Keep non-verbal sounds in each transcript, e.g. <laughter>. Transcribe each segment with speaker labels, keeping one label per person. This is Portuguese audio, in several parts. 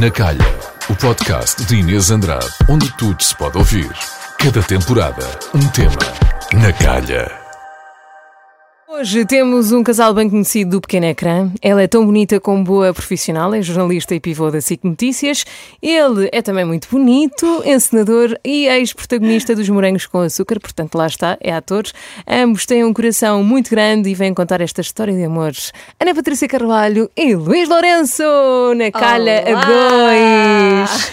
Speaker 1: Na Calha, o podcast de Inês Andrade, onde tudo se pode ouvir. Cada temporada, um tema. Na Calha.
Speaker 2: Hoje temos um casal bem conhecido do pequeno ecrã. Ela é tão bonita como boa profissional, é jornalista e pivô da SIC Notícias. Ele é também muito bonito, encenador e ex-protagonista dos Morangos com Açúcar, portanto lá está, é ator. Ambos têm um coração muito grande e vêm contar esta história de amores. Ana Patrícia Carvalho e Luís Lourenço, na calha
Speaker 3: Olá!
Speaker 2: a dois.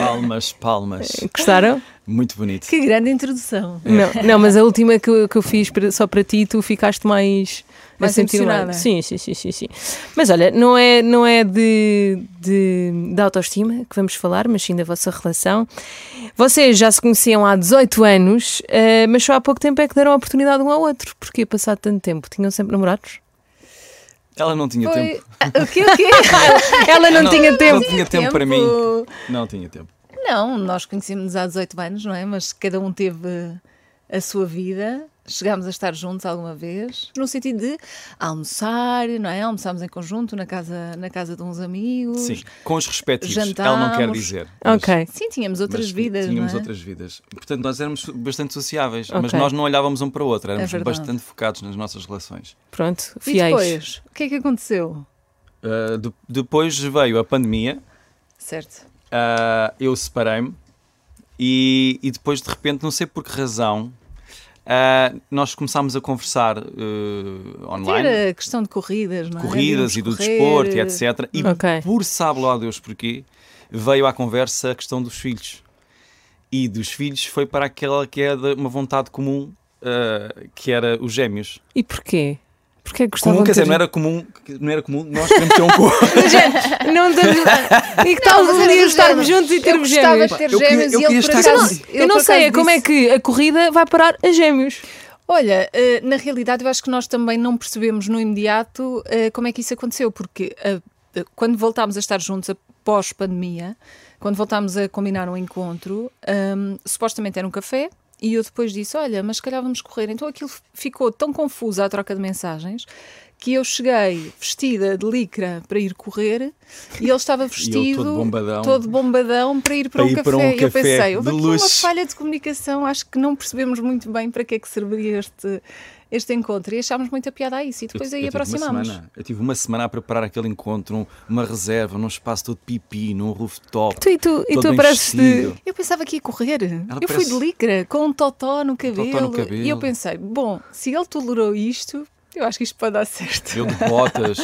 Speaker 4: Palmas, palmas.
Speaker 2: Gostaram?
Speaker 4: Muito bonito.
Speaker 3: Que grande
Speaker 4: <laughs>
Speaker 3: introdução.
Speaker 2: Não, não, mas a última que, eu- que eu fiz para- só para ti, tu ficaste mais.
Speaker 3: Mais
Speaker 2: a sentir
Speaker 3: emocionada.
Speaker 2: Sim, sim, sim, sim, sim. Mas olha, não é, não é de, de, da autoestima que vamos falar, mas sim da vossa relação. Vocês já se conheciam há 18 anos, eh, mas só há pouco tempo é que deram a oportunidade um ao outro. Porque passado tanto tempo, tinham sempre
Speaker 3: <laughs>
Speaker 2: namorados?
Speaker 4: Ela não tinha tempo.
Speaker 3: Ah, O quê, o quê?
Speaker 2: Ela não,
Speaker 4: não,
Speaker 2: tinha tempo.
Speaker 4: Não tinha tempo para mim. Não tinha tempo.
Speaker 3: Não, nós conhecemos há 18 anos, não é? Mas cada um teve a sua vida. Chegámos a estar juntos alguma vez, no sentido de almoçar, não é? Almoçámos em conjunto na casa, na casa de uns amigos.
Speaker 4: Sim, com os respectivos.
Speaker 3: Jantámos.
Speaker 4: Ela não quer dizer. mas-
Speaker 2: Ok.
Speaker 3: Sim, tínhamos
Speaker 4: mas
Speaker 3: outras vidas,
Speaker 4: Tínhamos
Speaker 3: não é?
Speaker 4: outras vidas. Portanto, nós éramos bastante sociáveis, mas
Speaker 2: Ok.
Speaker 4: nós não olhávamos um para o outro. Éramos
Speaker 3: verdade.
Speaker 4: bastante focados nas nossas relações.
Speaker 2: Pronto,
Speaker 3: E
Speaker 2: fiéis.
Speaker 3: depois, o que é que aconteceu?
Speaker 4: Ah, de- depois veio a pandemia,
Speaker 3: Certo.
Speaker 4: ah, eu separei-me e, e depois, de repente, não sei por que razão, ah, nós começámos a conversar ah, online.
Speaker 3: Era questão de corridas, não é? Íamos
Speaker 4: corridas e do
Speaker 3: correr,
Speaker 4: desporto e etc. E
Speaker 2: Ok.
Speaker 4: por sabe lá Deus porquê, veio à conversa a questão dos filhos. E dos filhos foi para aquela que é de uma vontade comum, ah, que era os gêmeos.
Speaker 2: E porquê? Porquê é que gostavam
Speaker 4: Comum, quer
Speaker 2: de ter-
Speaker 4: dizer, não era comum, não era comum nós queremos ter um co...
Speaker 2: <laughs> Não estamos...
Speaker 3: <laughs>
Speaker 2: E que tal
Speaker 3: mas era
Speaker 2: um dia
Speaker 3: do
Speaker 2: estarmos
Speaker 3: género.
Speaker 2: juntos e
Speaker 3: Eu
Speaker 2: termos
Speaker 3: gostava
Speaker 2: gêmeos?
Speaker 3: de ter
Speaker 4: Eu queria-
Speaker 3: gêmeos
Speaker 4: eu
Speaker 3: e ele
Speaker 4: queria
Speaker 3: por
Speaker 4: estar
Speaker 3: acaso...
Speaker 4: com-
Speaker 2: Eu não
Speaker 3: por
Speaker 2: sei é
Speaker 3: acaso
Speaker 2: como é
Speaker 3: disse-
Speaker 2: que a corrida vai parar a gêmeos.
Speaker 3: Olha, eh, na realidade eu acho que nós também não percebemos no imediato eh, como é que isso aconteceu, porque eh, eh, quando voltámos a estar juntos após pandemia, quando voltámos a combinar um encontro, ahm, supostamente era um café, e eu depois disse, olha, mas se calhar vamos correr. Então aquilo ficou tão confuso à troca de mensagens que eu cheguei vestida de licra para ir correr e ele estava vestido
Speaker 4: bombadão.
Speaker 3: todo bombadão para ir para,
Speaker 4: Para
Speaker 3: um,
Speaker 4: ir
Speaker 3: café.
Speaker 4: para um
Speaker 3: E eu
Speaker 4: café
Speaker 3: pensei,
Speaker 4: de
Speaker 3: houve aqui uma
Speaker 4: luxo.
Speaker 3: falha de comunicação, acho que não percebemos muito bem para que é que serviria este, este encontro e achámos muita piada a isso e depois aí
Speaker 4: eu tive uma
Speaker 3: aproximámos.
Speaker 4: semana- eu tive uma semana a preparar aquele encontro, um- uma reserva, num espaço todo pipi, num rooftop.
Speaker 2: Tu e tu, e tu
Speaker 4: todo bem
Speaker 2: apareces de.
Speaker 4: vestido.
Speaker 3: Eu pensava que ia correr. eu fui
Speaker 4: parece-
Speaker 3: de licra, com um totó no, cabelo,
Speaker 4: totó no cabelo.
Speaker 3: E eu pensei, bom, se ele tolerou isto, eu acho que isto pode dar certo.
Speaker 4: Eu de botas.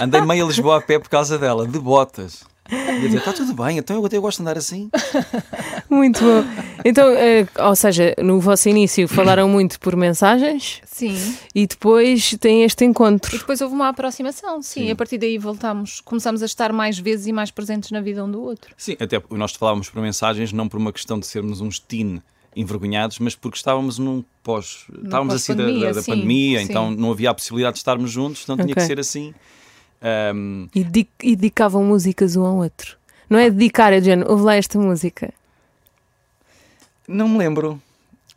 Speaker 4: Andei meio a Lisboa a pé por causa dela, de botas. E a dizer, está tudo bem, então eu até gosto de andar assim.
Speaker 2: Muito bom. Então, eh, ou seja, no vosso início falaram muito por mensagens
Speaker 3: Sim.
Speaker 2: e depois tem este
Speaker 3: E
Speaker 2: encontro.
Speaker 3: depois houve uma aproximação, sim. A partir daí voltámos, começámos a estar mais vezes e mais presentes na vida um do outro.
Speaker 4: Sim, até porque nós falávamos por mensagens, não por uma questão de sermos uns teen envergonhados, mas porque estávamos num pós. estávamos assim da,
Speaker 3: pós-pandemia,
Speaker 4: da- da
Speaker 3: sim,
Speaker 4: pandemia,
Speaker 3: sim.
Speaker 4: então não havia a possibilidade de estarmos juntos, então tinha
Speaker 2: Ok.
Speaker 4: que ser assim. Ahm,
Speaker 2: E, di- e dedicavam músicas um ao outro. Não é dedicar, é de género, ouve lá esta música.
Speaker 4: não me lembro.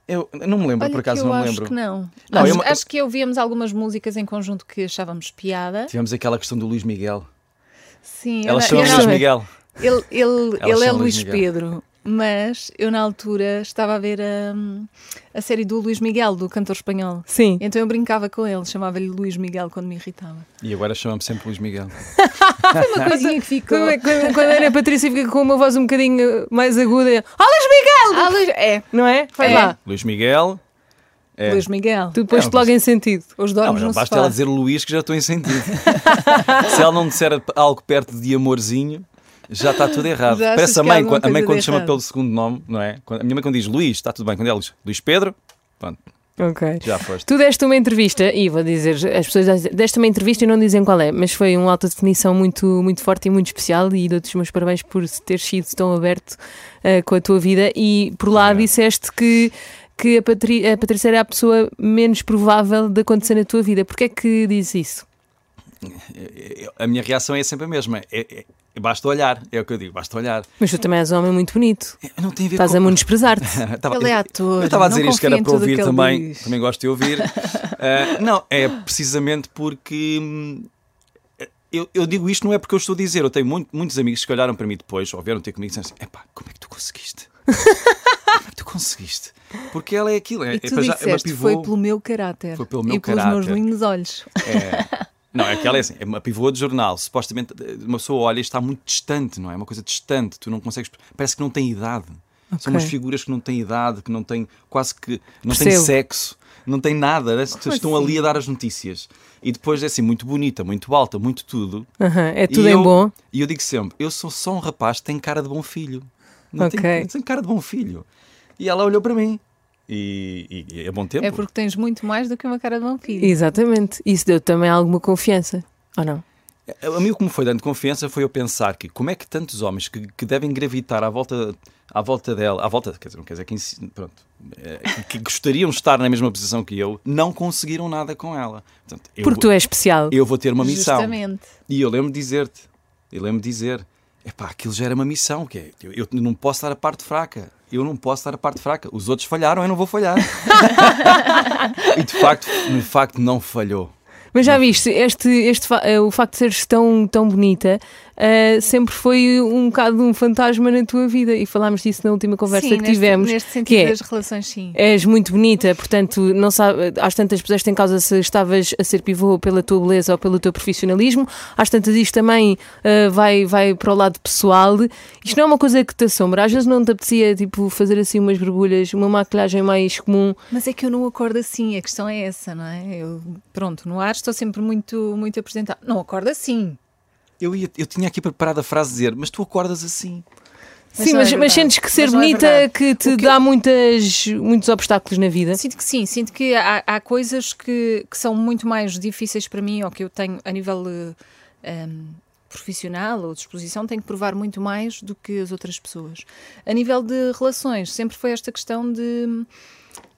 Speaker 4: Eu eu não me lembro,
Speaker 3: Olha
Speaker 4: por
Speaker 3: que
Speaker 4: acaso
Speaker 3: eu
Speaker 4: não me
Speaker 3: acho
Speaker 4: lembro.
Speaker 3: que não.
Speaker 4: Não, é
Speaker 3: acho,
Speaker 4: eu-
Speaker 3: acho que ouvíamos algumas músicas em conjunto que achávamos piada.
Speaker 4: Tivemos aquela questão do Luís Miguel.
Speaker 3: Sim, eu
Speaker 4: Ela
Speaker 3: na-
Speaker 4: chama
Speaker 3: eu na-
Speaker 4: Luís Miguel.
Speaker 3: Ele, ele,
Speaker 4: Ela
Speaker 3: ele é
Speaker 4: chama
Speaker 3: Luís
Speaker 4: Luís Miguel.
Speaker 3: Pedro, mas eu na altura estava a ver hum, a, série do Luís Miguel, do cantor espanhol.
Speaker 2: Sim.
Speaker 3: Então eu brincava com ele, chamava-lhe Luís Miguel quando me irritava.
Speaker 4: E agora chamamos sempre Luís Miguel.
Speaker 3: Foi uma coisinha que ficou.
Speaker 2: Quando, é, quando- quando a Ana Patrícia fica com uma voz um bocadinho mais aguda, é, "Ah, Luís Miguel!
Speaker 3: Ah, Luís, é,
Speaker 2: Não é? Vai
Speaker 3: É.
Speaker 2: lá.
Speaker 4: Luís Miguel. É.
Speaker 3: Luís Miguel.
Speaker 2: Tu pões-te
Speaker 4: Não,
Speaker 2: logo em sentido.
Speaker 3: Os
Speaker 4: Não,
Speaker 3: dormes
Speaker 4: mas
Speaker 3: não,
Speaker 4: não
Speaker 3: se
Speaker 4: basta ela
Speaker 3: fala.
Speaker 4: dizer Luís que já estou em sentido. <laughs> Se ela não disser algo perto de amorzinho, já está tudo errado.
Speaker 3: Já achas
Speaker 4: Parece a
Speaker 3: que há
Speaker 4: mãe,
Speaker 3: alguma
Speaker 4: quando- a mãe
Speaker 3: coisa
Speaker 4: quando
Speaker 3: de
Speaker 4: chama
Speaker 3: errado.
Speaker 4: pelo segundo nome, não é? Quando- A minha mãe quando diz Luís, está tudo bem. Quando ela diz Luís Pedro, pronto,
Speaker 2: Ok.
Speaker 4: já foste.
Speaker 2: Tu deste uma entrevista, e vou dizer, as pessoas deste uma entrevista e não dizem qual é, mas foi uma alta definição muito, muito forte e muito especial. E dou-te os meus parabéns por se ter sido tão aberto eh, com a tua vida. E por lá
Speaker 4: Obrigado.
Speaker 2: disseste que, que a, Patri- a Patrícia era a pessoa menos provável de acontecer na tua vida. Porquê é que diz isso?
Speaker 4: A minha reação é sempre a mesma. É- é- é- basta olhar, é o que eu digo, basta olhar.
Speaker 2: Mas tu também és um homem muito bonito,
Speaker 4: É, Não tem a ver
Speaker 2: estás
Speaker 4: com.
Speaker 2: a
Speaker 4: <laughs>
Speaker 2: menosprezar-te.
Speaker 4: Tava-
Speaker 3: Ele é
Speaker 4: eu-
Speaker 3: ator,
Speaker 4: Eu estava a dizer
Speaker 3: não
Speaker 4: isto que era
Speaker 3: confia em
Speaker 4: para
Speaker 3: tudo
Speaker 4: ouvir
Speaker 3: que ele
Speaker 4: também,
Speaker 3: diz. <laughs>
Speaker 4: também gosto de ouvir. Ah, não, é precisamente porque hum, eu, eu digo isto não é porque eu estou a dizer, eu tenho muito- muitos amigos que olharam para mim depois, ou vieram ter comigo e disseram assim: epá, como é que tu conseguiste? como é que tu conseguiste? Porque ela é aquilo,
Speaker 3: E
Speaker 4: é, é
Speaker 3: tu
Speaker 4: para já- é uma
Speaker 3: disseste,
Speaker 4: pivô.
Speaker 3: foi pelo meu caráter.
Speaker 4: Foi pelo meu
Speaker 3: e pelos meus
Speaker 4: caráter.
Speaker 3: lindos olhos.
Speaker 4: É. Não, é que ela é assim, é uma pivô de jornal. Supostamente uma pessoa olha e está muito distante, não é? É uma coisa distante, tu não consegues. Parece que não tem idade. São umas figuras que não têm idade, que não têm quase que. não têm
Speaker 2: Percebo.
Speaker 4: sexo, não têm nada. né?
Speaker 2: Como
Speaker 4: Estão
Speaker 2: assim?
Speaker 4: ali a dar as notícias. E depois é assim, muito bonita, muito alta, muito tudo.
Speaker 2: Aham, É tudo
Speaker 4: e
Speaker 2: em
Speaker 4: eu,
Speaker 2: bom.
Speaker 4: E eu digo sempre: eu sou só um rapaz que tem cara de bom filho. Não,
Speaker 2: Ok.
Speaker 4: tem, não tem cara de bom filho. E ela olhou para mim. E, e- e é bom tempo.
Speaker 3: É porque tens muito mais do que uma cara de bom filho.
Speaker 2: Exatamente. Isso deu também alguma confiança. Ou não?
Speaker 4: A mim o que me foi dando confiança foi eu pensar que como é que tantos homens que, que devem gravitar à volta, à volta dela, à volta, quer dizer, não quer dizer que, insi- pronto, eh, que gostariam de estar na mesma posição que eu, não conseguiram nada com ela. Portanto, eu,
Speaker 2: Porque tu és especial.
Speaker 4: eu vou ter uma missão.
Speaker 3: Justamente.
Speaker 4: E eu lembro de dizer-te, eu lembro de dizer, epá, aquilo já era uma missão, que é, eu, eu não posso dar a parte fraca, eu não posso dar a parte fraca, os outros falharam, eu não vou falhar. <laughs> e de facto, de facto não falhou.
Speaker 2: Mas já viste, este, este, fa- eh, o facto de seres tão, tão bonita eh, sempre foi um bocado um fantasma na tua vida. E falámos disso na última conversa
Speaker 3: Sim,
Speaker 2: que
Speaker 3: neste,
Speaker 2: tivemos.
Speaker 3: Neste
Speaker 2: que
Speaker 3: sentido
Speaker 2: é,
Speaker 3: das relações, sim.
Speaker 2: És muito bonita, portanto, não sabe, às tantas puseste em causa se estavas a ser pivô pela tua beleza ou pelo teu profissionalismo, às tantas isto também ah, vai, vai para o lado pessoal. Isto não é uma coisa que te assombra, às vezes não te apetecia tipo, fazer assim umas borbulhas, uma maquilhagem mais comum.
Speaker 3: Mas é que eu não acordo assim, a questão é essa, não é? Eu, pronto, no ar estou sempre muito, muito apresentada. Não acordo assim.
Speaker 4: Eu, ia- eu tinha aqui preparado a frase de dizer, mas tu acordas assim.
Speaker 2: Sim,
Speaker 3: não
Speaker 2: mas,
Speaker 3: é
Speaker 2: mas
Speaker 3: verdade.
Speaker 2: sentes que ser
Speaker 3: Mas não é
Speaker 2: bonita
Speaker 3: verdade.
Speaker 2: que te
Speaker 3: O que-
Speaker 2: dá muitas, muitos obstáculos na vida.
Speaker 3: Sinto que sim, sinto que há, há coisas que, que são muito mais difíceis para mim ou que eu tenho a nível eh, ehm, profissional ou de exposição, tenho que provar muito mais do que as outras pessoas. A nível de relações, sempre foi esta questão de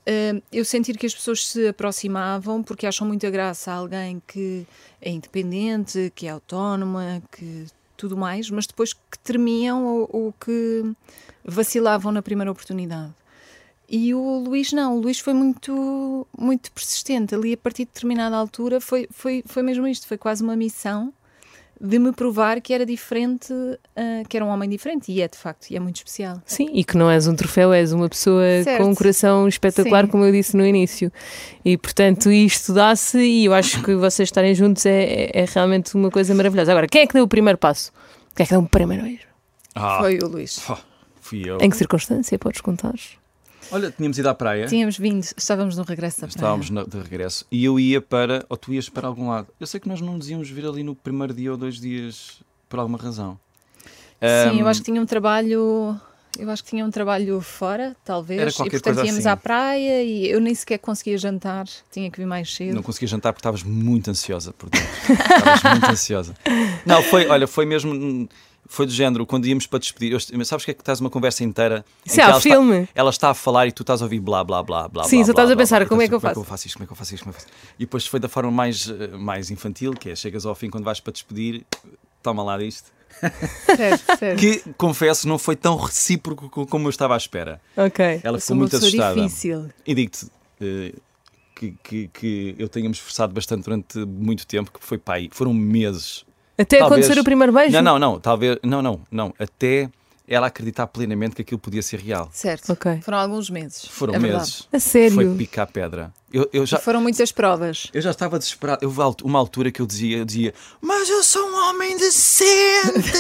Speaker 3: ehm, eu sentir que as pessoas se aproximavam porque acham muita graça a alguém que é independente, que é autónoma, que tudo mais, mas depois que tremiam ou, ou que vacilavam na primeira oportunidade. E o Luís não, o Luís foi muito, muito persistente. Ali, a partir de determinada altura, foi, foi, foi mesmo isto: foi quase uma missão de me provar que era diferente, ah, que era um homem diferente. E é, de facto, e é muito especial.
Speaker 2: Sim, e que não és um troféu, és uma pessoa
Speaker 3: Certo.
Speaker 2: com um coração espetacular,
Speaker 3: Sim.
Speaker 2: como eu disse no início. E portanto, isto dá-se, e eu acho que vocês estarem juntos é, é- é realmente uma coisa maravilhosa. Agora, quem é que deu o primeiro passo? Quem é que deu o primeiro erro?
Speaker 4: Ah,
Speaker 3: Foi o Luís.
Speaker 4: pá, fui eu.
Speaker 2: Em que circunstância podes contar?
Speaker 4: Olha, tínhamos ido à praia,
Speaker 3: Tínhamos vindo, estávamos no regresso da praia.
Speaker 4: estávamos na- de regresso e eu ia para, ou tu ias para algum lado. Eu sei que nós não nos íamos vir ali no primeiro dia ou dois dias por alguma razão.
Speaker 3: Sim,
Speaker 4: Ahm,
Speaker 3: eu acho que tinha um trabalho. Eu acho que tinha um trabalho fora, talvez.
Speaker 4: Era
Speaker 3: e
Speaker 4: qualquer
Speaker 3: portanto
Speaker 4: coisa
Speaker 3: íamos
Speaker 4: assim.
Speaker 3: à praia e eu nem sequer conseguia jantar, tinha que vir mais cedo.
Speaker 4: Não conseguia jantar porque estavas muito ansiosa por dentro. Estavas muito ansiosa. Não, foi, olha, foi mesmo. hum, Foi do género, quando íamos para despedir, eu- sabes que é que estás uma conversa inteira? em
Speaker 2: Isso
Speaker 4: que
Speaker 2: é
Speaker 4: ela
Speaker 2: o
Speaker 4: está-
Speaker 2: filme.
Speaker 4: ela está a falar e tu estás a ouvir blá blá blá blá.
Speaker 2: Sim,
Speaker 4: blá,
Speaker 2: só
Speaker 4: blá,
Speaker 2: estás a
Speaker 4: blá,
Speaker 2: pensar,
Speaker 4: blá,
Speaker 2: como é que eu
Speaker 4: Como é que eu
Speaker 2: faço?
Speaker 4: faço isto? Como é que eu faço isto? Como é que eu faço isto? E depois foi da forma mais, eh, mais infantil, que é chegas ao fim quando vais para despedir, toma lá disto.
Speaker 3: Certo, certo.
Speaker 4: Que confesso, não foi tão recíproco co- como eu estava à espera.
Speaker 2: Ok.
Speaker 4: Ela
Speaker 3: Eu sou
Speaker 4: ficou
Speaker 3: uma
Speaker 4: muito
Speaker 3: pessoa
Speaker 4: assustada.
Speaker 3: difícil.
Speaker 4: E digo-te eh, que, que, que eu tenho-me esforçado bastante durante muito tempo, que foi pai, foram meses.
Speaker 2: Até
Speaker 4: Talvez-
Speaker 2: acontecer o primeiro beijo?
Speaker 4: Não, não, não, talvez, não, não, não, até ela acreditar plenamente que aquilo podia ser real.
Speaker 3: Certo.
Speaker 2: Ok.
Speaker 3: Foram alguns meses.
Speaker 4: Foram
Speaker 3: é verdade.
Speaker 4: meses.
Speaker 2: A sério?
Speaker 4: Foi picar pedra. Eu, eu já,
Speaker 3: E foram muitas provas.
Speaker 4: Eu já estava desesperado. Houve al- uma altura que eu dizia, eu dizia, mas eu sou um
Speaker 2: <laughs>
Speaker 4: homem decente.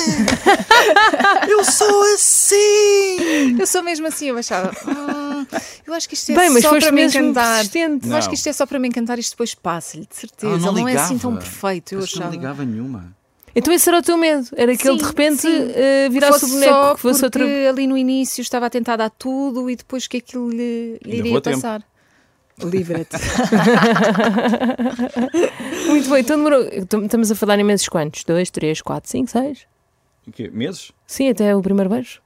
Speaker 4: eu sou assim.
Speaker 3: Eu sou mesmo assim, eu achava. "Hum, eu acho que isto é
Speaker 2: Bem, mas
Speaker 3: só
Speaker 2: foste
Speaker 3: para me
Speaker 2: mesmo
Speaker 3: encantar.
Speaker 2: persistente.
Speaker 3: Eu acho
Speaker 4: Não.
Speaker 3: que isto é só para me encantar, isto depois passa-lhe, de certeza.
Speaker 4: Ah,
Speaker 3: Ele
Speaker 4: não
Speaker 3: não é assim
Speaker 4: ligava.
Speaker 3: tão perfeito, eu
Speaker 4: Mas não
Speaker 3: achava.
Speaker 4: ligava nenhuma.
Speaker 2: Então esse era o teu medo. Era que ele de
Speaker 3: Sim,
Speaker 2: repente
Speaker 3: sim.
Speaker 2: eh,
Speaker 3: Que
Speaker 2: virasse o
Speaker 3: fosse
Speaker 2: boneco,
Speaker 3: só
Speaker 2: que fosse
Speaker 3: porque
Speaker 2: outro.
Speaker 3: ali no início estava atentada a tudo e depois que aquilo lhe, lhe
Speaker 4: Ainda vou
Speaker 3: iria
Speaker 4: a tempo.
Speaker 3: passar. Livra-te.
Speaker 2: Muito bem, então demorou. Tam- Estamos a falar em meses quantos? Dois, três, quatro, cinco, seis?
Speaker 4: O quê? Meses?
Speaker 2: Sim, até o primeiro beijo.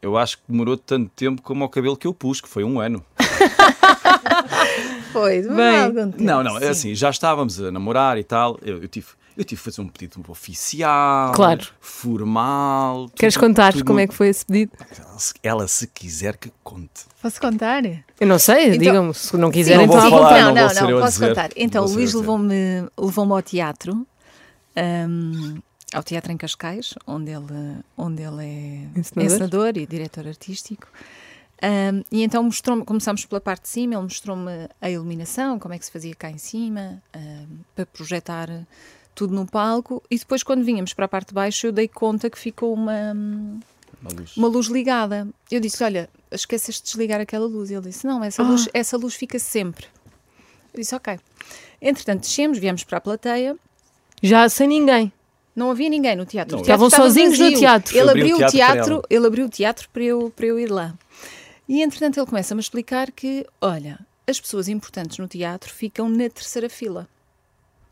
Speaker 4: Eu acho que demorou tanto tempo como ao cabelo que eu pus, que foi um ano.
Speaker 3: <laughs> Foi, demorou
Speaker 2: Bem.
Speaker 3: Ah, algum tempo,
Speaker 4: Não, não, é
Speaker 3: sim.
Speaker 4: assim, já estávamos a namorar e tal. Eu, eu tive, eu tive que fazer um pedido oficial,
Speaker 2: Claro.
Speaker 4: formal. tudo-
Speaker 2: Queres contar
Speaker 4: tudo-
Speaker 2: como é que foi esse pedido?
Speaker 4: Ela, se- ela, se quiser, que conte.
Speaker 3: Posso contar?
Speaker 2: Eu não sei,
Speaker 3: Então-
Speaker 2: digam-me, se não quiserem,
Speaker 4: Não vou
Speaker 2: então
Speaker 4: falar.
Speaker 2: digam.
Speaker 4: não
Speaker 3: não,
Speaker 4: vou ser eu a
Speaker 3: posso
Speaker 4: dizer.
Speaker 3: contar. Então,
Speaker 4: Não
Speaker 3: o
Speaker 4: vou ser eu
Speaker 3: Luís
Speaker 4: a dizer.
Speaker 3: levou-me levou ao teatro. ahm, ao Teatro em Cascais, onde ele, onde ele é
Speaker 2: Encenador.
Speaker 3: encenador, e diretor artístico. Ahm, e então mostrou-me, começámos pela parte de cima, ele mostrou-me a iluminação, como é que se fazia cá em cima, ahm, para projetar tudo no palco. E depois, quando vínhamos para a parte de baixo, eu dei conta que ficou uma, hum,
Speaker 4: Uma luz.
Speaker 3: uma luz ligada. Eu disse: Olha, esqueceste de desligar aquela luz. Ele disse: Não, essa,
Speaker 2: Ah.
Speaker 3: luz, essa luz fica sempre. Eu disse: Ok. Entretanto, descemos, viemos para a plateia.
Speaker 2: Já sem ninguém.
Speaker 3: Não havia ninguém no teatro.
Speaker 4: Não,
Speaker 3: O teatro
Speaker 2: estavam
Speaker 3: estava
Speaker 2: sozinhos no
Speaker 3: vazio.
Speaker 2: teatro.
Speaker 3: Ele
Speaker 4: Abriu
Speaker 3: abriu
Speaker 4: o
Speaker 3: o
Speaker 4: teatro para
Speaker 3: teatro,
Speaker 4: ela.
Speaker 3: ele abriu o teatro para eu, para eu ir lá. E entretanto ele começa-me a explicar que, olha, as pessoas importantes no teatro ficam na terceira fila.